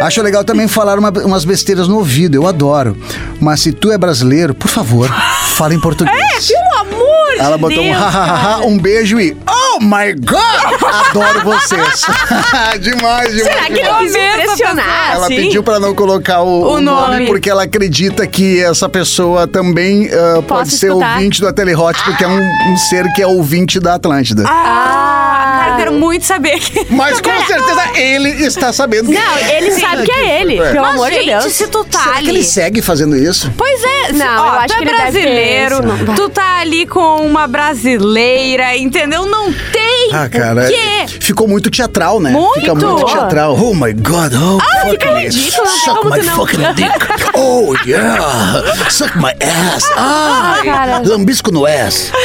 Speaker 5: Acho legal também falar uma- umas besteiras no ouvido, eu adoro. Mas se tu é brasileiro, por favor, fala em português.
Speaker 3: É,
Speaker 4: Pelo amor de
Speaker 5: Ela botou um
Speaker 4: É, Deus,
Speaker 5: hahaha, um beijo e Oh my God! Adoro vocês. demais, demais.
Speaker 4: Será
Speaker 5: demais.
Speaker 4: que ele quis me
Speaker 3: Essa
Speaker 4: impressionar?
Speaker 5: Ela
Speaker 4: assim?
Speaker 5: pediu pra não colocar o, o
Speaker 3: O
Speaker 5: nome.
Speaker 3: nome.
Speaker 5: porque ela acredita que essa pessoa também ah, pode ser
Speaker 4: escutar.
Speaker 5: ouvinte do Atelehot, porque é um, um ser que é ouvinte da Atlântida.
Speaker 3: Ah, cara, eu quero muito saber. que-
Speaker 5: Mas com certeza ele está sabendo. que-
Speaker 4: então Não, ele sabe que é ele.
Speaker 5: É.
Speaker 4: Pelo
Speaker 3: Mas,
Speaker 4: amor de
Speaker 3: gente,
Speaker 4: Deus.
Speaker 3: se tu tá
Speaker 5: Será
Speaker 3: ali...
Speaker 5: que ele segue fazendo isso?
Speaker 3: Pois é, se-
Speaker 4: Não,
Speaker 3: ó,
Speaker 4: eu acho
Speaker 3: tu
Speaker 4: que
Speaker 3: é
Speaker 4: ele deve ter
Speaker 3: brasileiro,
Speaker 4: esse, não vai.
Speaker 3: tu tá ali com uma brasileira, entendeu? Não tem
Speaker 5: Ah, cara.
Speaker 3: o quê.
Speaker 5: Ficou muito teatral, né?
Speaker 3: Muito!
Speaker 5: Fica muito teatral. Oh my god, oh fuck
Speaker 4: Ah, fica
Speaker 5: me.
Speaker 4: ridículo, não tem
Speaker 5: Suck
Speaker 4: como
Speaker 5: my
Speaker 4: tu não.
Speaker 5: fucking dick. Oh yeah. Suck my ass. Ah,
Speaker 4: cara.
Speaker 5: lambisco no ass.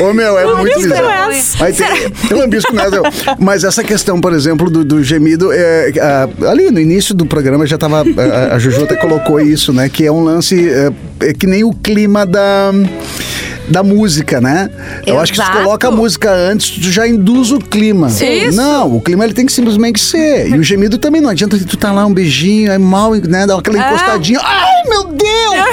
Speaker 5: Ô meu, é muito
Speaker 4: Lambisco no
Speaker 5: bizarro.
Speaker 4: ass.
Speaker 5: Mas tem- lambisco no ass, eu- Mas essa questão, por exemplo, do, do gemido, é, ah, ali no início do programa já tava. A, a Juju até colocou isso, né? Que é um lance é, é que nem o clima da. da música, né? Eu acho que tu
Speaker 3: Exato.
Speaker 5: coloca a música antes, tu já induz o clima.
Speaker 3: Sim. Isso.
Speaker 5: Não, o clima ele tem que simplesmente ser. E o gemido também não adianta tu tá lá um beijinho, aí mal, né? Dá aquela
Speaker 3: É.
Speaker 5: encostadinha. Ai, meu Deus!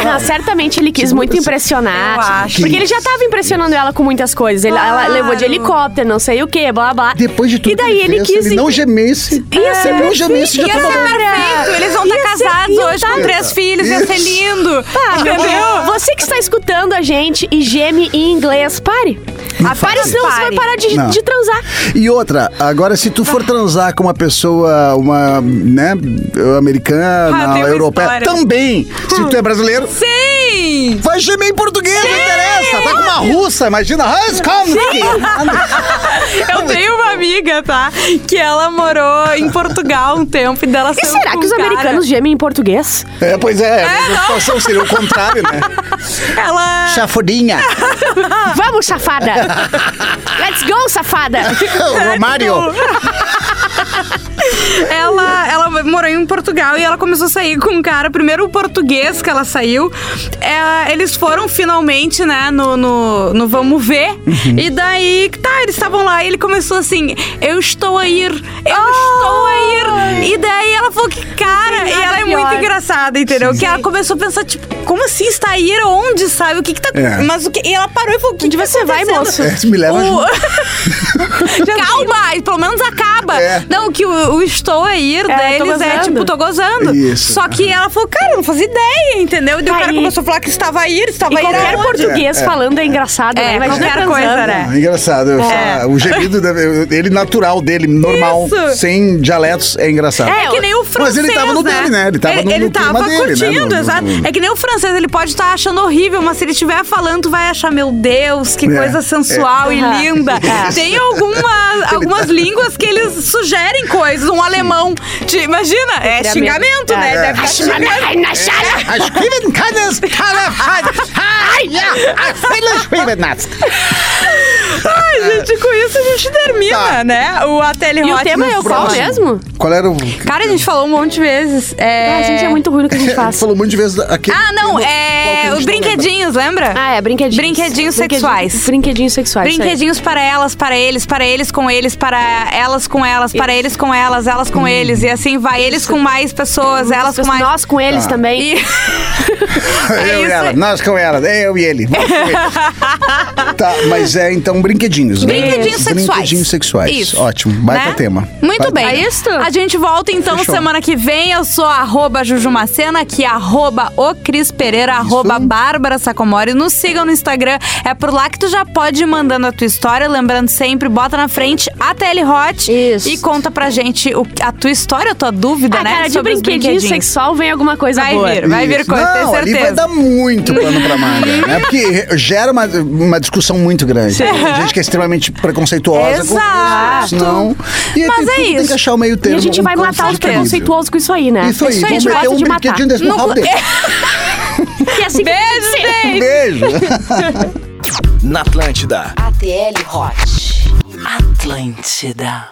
Speaker 4: Não, certamente ele
Speaker 5: é
Speaker 4: quis muito impressionar.
Speaker 3: Eu acho.
Speaker 4: Porque ele já tava impressionando ela com muitas coisas. Ele- Ela
Speaker 3: Claro.
Speaker 4: levou de helicóptero, não sei o quê, blá blá.
Speaker 5: Depois de tudo
Speaker 4: E daí
Speaker 5: que ele,
Speaker 4: ele
Speaker 5: fez,
Speaker 4: quis.
Speaker 5: se ele não gemesse.
Speaker 4: Ia
Speaker 5: se
Speaker 4: ser
Speaker 5: ele não gemesse, já
Speaker 3: Ia
Speaker 5: tava
Speaker 3: ser
Speaker 5: bom.
Speaker 3: perfeito, eles vão estar
Speaker 4: É, Ia ser-
Speaker 3: casados
Speaker 4: iam
Speaker 3: hoje
Speaker 4: tá-
Speaker 3: com três filhos, ia ser
Speaker 5: Isso.
Speaker 3: lindo.
Speaker 4: Ah,
Speaker 3: Entendeu?
Speaker 4: Você que está escutando a gente e geme em inglês, pare. Ah, pare,
Speaker 5: faz
Speaker 4: senão
Speaker 3: isso.
Speaker 4: você vai
Speaker 3: Pare.
Speaker 4: parar de,
Speaker 5: Não.
Speaker 4: de transar.
Speaker 5: E outra, agora se tu for transar com uma pessoa, uma, né,
Speaker 3: Ah,
Speaker 5: americana,
Speaker 3: tem uma
Speaker 5: europeia,
Speaker 3: história.
Speaker 5: também, se tu é brasileiro,
Speaker 3: Sim!
Speaker 5: vai gemer em português, não interessa, tá com uma russa, imagina, "Ah, come aqui."
Speaker 3: Eu tenho uma amiga, tá? Que ela morou em Portugal um tempo e dela um
Speaker 4: E será que os americanos gemem em português?
Speaker 5: É, pois é, a situação seria o contrário, né?
Speaker 3: Ela.
Speaker 5: Chafodinha,
Speaker 4: Vamos, safada! Let's go, safada!
Speaker 5: Romário.
Speaker 3: Ela, ela morou em Portugal e ela começou a sair com um cara. Primeiro o português que ela saiu. É, eles foram finalmente, né, no, no, no Vamos Ver. E daí, tá, eles estavam lá e ele começou assim: Eu estou a ir, eu estou a ir. E daí ela falou que cara. E
Speaker 4: nada
Speaker 3: ela é
Speaker 4: pior.
Speaker 3: muito engraçada, entendeu? Que ela começou a pensar, tipo, como assim está a ir? Onde, sabe? O que que tá.
Speaker 5: É.
Speaker 3: Mas o que. E ela parou e falou: O que, que
Speaker 4: você vai,
Speaker 3: acontecendo?"
Speaker 4: moço?
Speaker 5: É, me leva junto.
Speaker 3: Calma, pelo menos acaba.
Speaker 5: É.
Speaker 3: Não, que o, o estou aí
Speaker 4: tô
Speaker 3: deles é
Speaker 4: gozando.
Speaker 3: tipo, tô gozando.
Speaker 5: Isso.
Speaker 3: Só que ela falou, cara, eu não fazia ideia, entendeu? E daí o cara
Speaker 4: Aí.
Speaker 3: começou a falar que estava aí,
Speaker 4: E
Speaker 3: estava aí.
Speaker 4: qualquer português falando é engraçado, né?
Speaker 3: É,
Speaker 4: Imagina
Speaker 3: qualquer
Speaker 4: transando.
Speaker 3: coisa, né?
Speaker 5: Ah, engraçado, eu só- o gemido, deve- ele natural dele, normal,
Speaker 3: É. Isso.
Speaker 5: sem dialetos, é engraçado.
Speaker 3: É que nem o
Speaker 5: Mas
Speaker 3: francês.
Speaker 5: ele tava no dele, né? Ele tava no-
Speaker 3: ele
Speaker 5: no clima
Speaker 3: tava
Speaker 5: dele, né?
Speaker 3: curtindo,
Speaker 5: No- no-
Speaker 3: exato.
Speaker 5: no-
Speaker 3: É que nem o francês, ele pode estar achando horrível, mas se ele estiver falando, tu vai achar, meu Deus, que
Speaker 5: É, tá
Speaker 3: coisa sensual e
Speaker 4: Aham.
Speaker 3: linda. Tem alguma, algumas línguas que eles sugerem coisas. Um alemão, te- imagina, é
Speaker 4: Dá
Speaker 3: xingamento,
Speaker 4: medo.
Speaker 3: né?
Speaker 4: É.
Speaker 3: Deve estar xingando. É.
Speaker 6: As Kevin Canas, Ai,
Speaker 5: ah,
Speaker 6: a Feliz Kevinask.
Speaker 3: Ai, gente, com isso a gente termina,
Speaker 5: É. Tá.
Speaker 3: né? O Ateli
Speaker 4: E o
Speaker 3: Hot
Speaker 4: tema
Speaker 3: no
Speaker 4: é o qual
Speaker 3: próximo.
Speaker 4: mesmo?
Speaker 5: Qual era o...
Speaker 3: Cara, a gente falou um monte de vezes. É...
Speaker 4: Ah, a gente é muito ruim no que a gente faz.
Speaker 5: Falou muito de vezes aquele...
Speaker 3: Ah, não,
Speaker 5: Qual que a
Speaker 3: é.
Speaker 5: gente tá
Speaker 3: Os
Speaker 5: não lembra?
Speaker 3: brinquedinhos, lembra?
Speaker 4: Ah, é, brinquedinhos.
Speaker 3: Brinquedinhos
Speaker 4: Brinquedi-
Speaker 3: sexuais.
Speaker 4: Brinquedinhos sexuais. isso aí.
Speaker 3: Brinquedinhos para elas, para eles, para eles com eles, para elas com elas, para eles com elas, elas
Speaker 5: Hum.
Speaker 3: com eles. E assim vai, eles com mais pessoas, elas com mais. Ah.
Speaker 4: Nós com eles também.
Speaker 3: E-
Speaker 5: eu e
Speaker 3: é isso.
Speaker 5: ela, nós com ela, eu e ele. vamos com ele. tá, mas é então brinquedinhos, né?
Speaker 3: Brinquedinhos sexuais.
Speaker 5: Brinquedinhos sexuais.
Speaker 3: Isso.
Speaker 5: Ótimo, baita
Speaker 3: Né?
Speaker 5: tema. Baita-
Speaker 3: Muito bem.
Speaker 4: É isto?
Speaker 3: A gente volta então
Speaker 5: Fechou.
Speaker 3: semana que vem. Eu sou arroba Jujumacena, que é arroba o Cris Pereira, arroba Bárbara Sacomori. Nos sigam no Instagram. É por lá que tu já pode ir mandando a tua história. Lembrando sempre, bota na frente a TL Hot
Speaker 4: Isso.
Speaker 3: e conta pra gente o- a tua história, a tua dúvida,
Speaker 4: Ah,
Speaker 3: né?
Speaker 4: cara, de
Speaker 3: sobre os
Speaker 4: brinquedinho
Speaker 3: brinquedinhos.
Speaker 4: sexual vem alguma coisa
Speaker 3: Vai
Speaker 4: boa.
Speaker 3: vir, vai vir
Speaker 5: Isso.
Speaker 3: coisa, tenho
Speaker 5: Não, ali
Speaker 3: certeza.
Speaker 5: vai dar muito pano pra manga, né? Porque gera uma, uma discussão muito grande. Tem gente que é extremamente preconceituosa. com isso,
Speaker 3: Exato.
Speaker 5: senão- e aí
Speaker 3: Mas
Speaker 5: tem, tudo
Speaker 3: é
Speaker 5: Tem que
Speaker 3: isso.
Speaker 5: achar o meio
Speaker 4: E
Speaker 5: termo.
Speaker 4: a gente
Speaker 5: um
Speaker 4: vai matar os
Speaker 5: conflito
Speaker 4: preconceituosos com isso aí, né?
Speaker 5: livre. Isso aí,
Speaker 4: a
Speaker 5: vamos
Speaker 4: gente
Speaker 5: meter
Speaker 4: gosta
Speaker 5: um
Speaker 4: de matar.
Speaker 5: brinquedinho desse no
Speaker 3: No-
Speaker 5: rabo dele.
Speaker 4: Que é assim que tem que
Speaker 3: Beijo,
Speaker 4: ser.
Speaker 3: gente!
Speaker 5: Beijo.
Speaker 1: Na Atlântida.
Speaker 2: ATL Hot. Atlântida.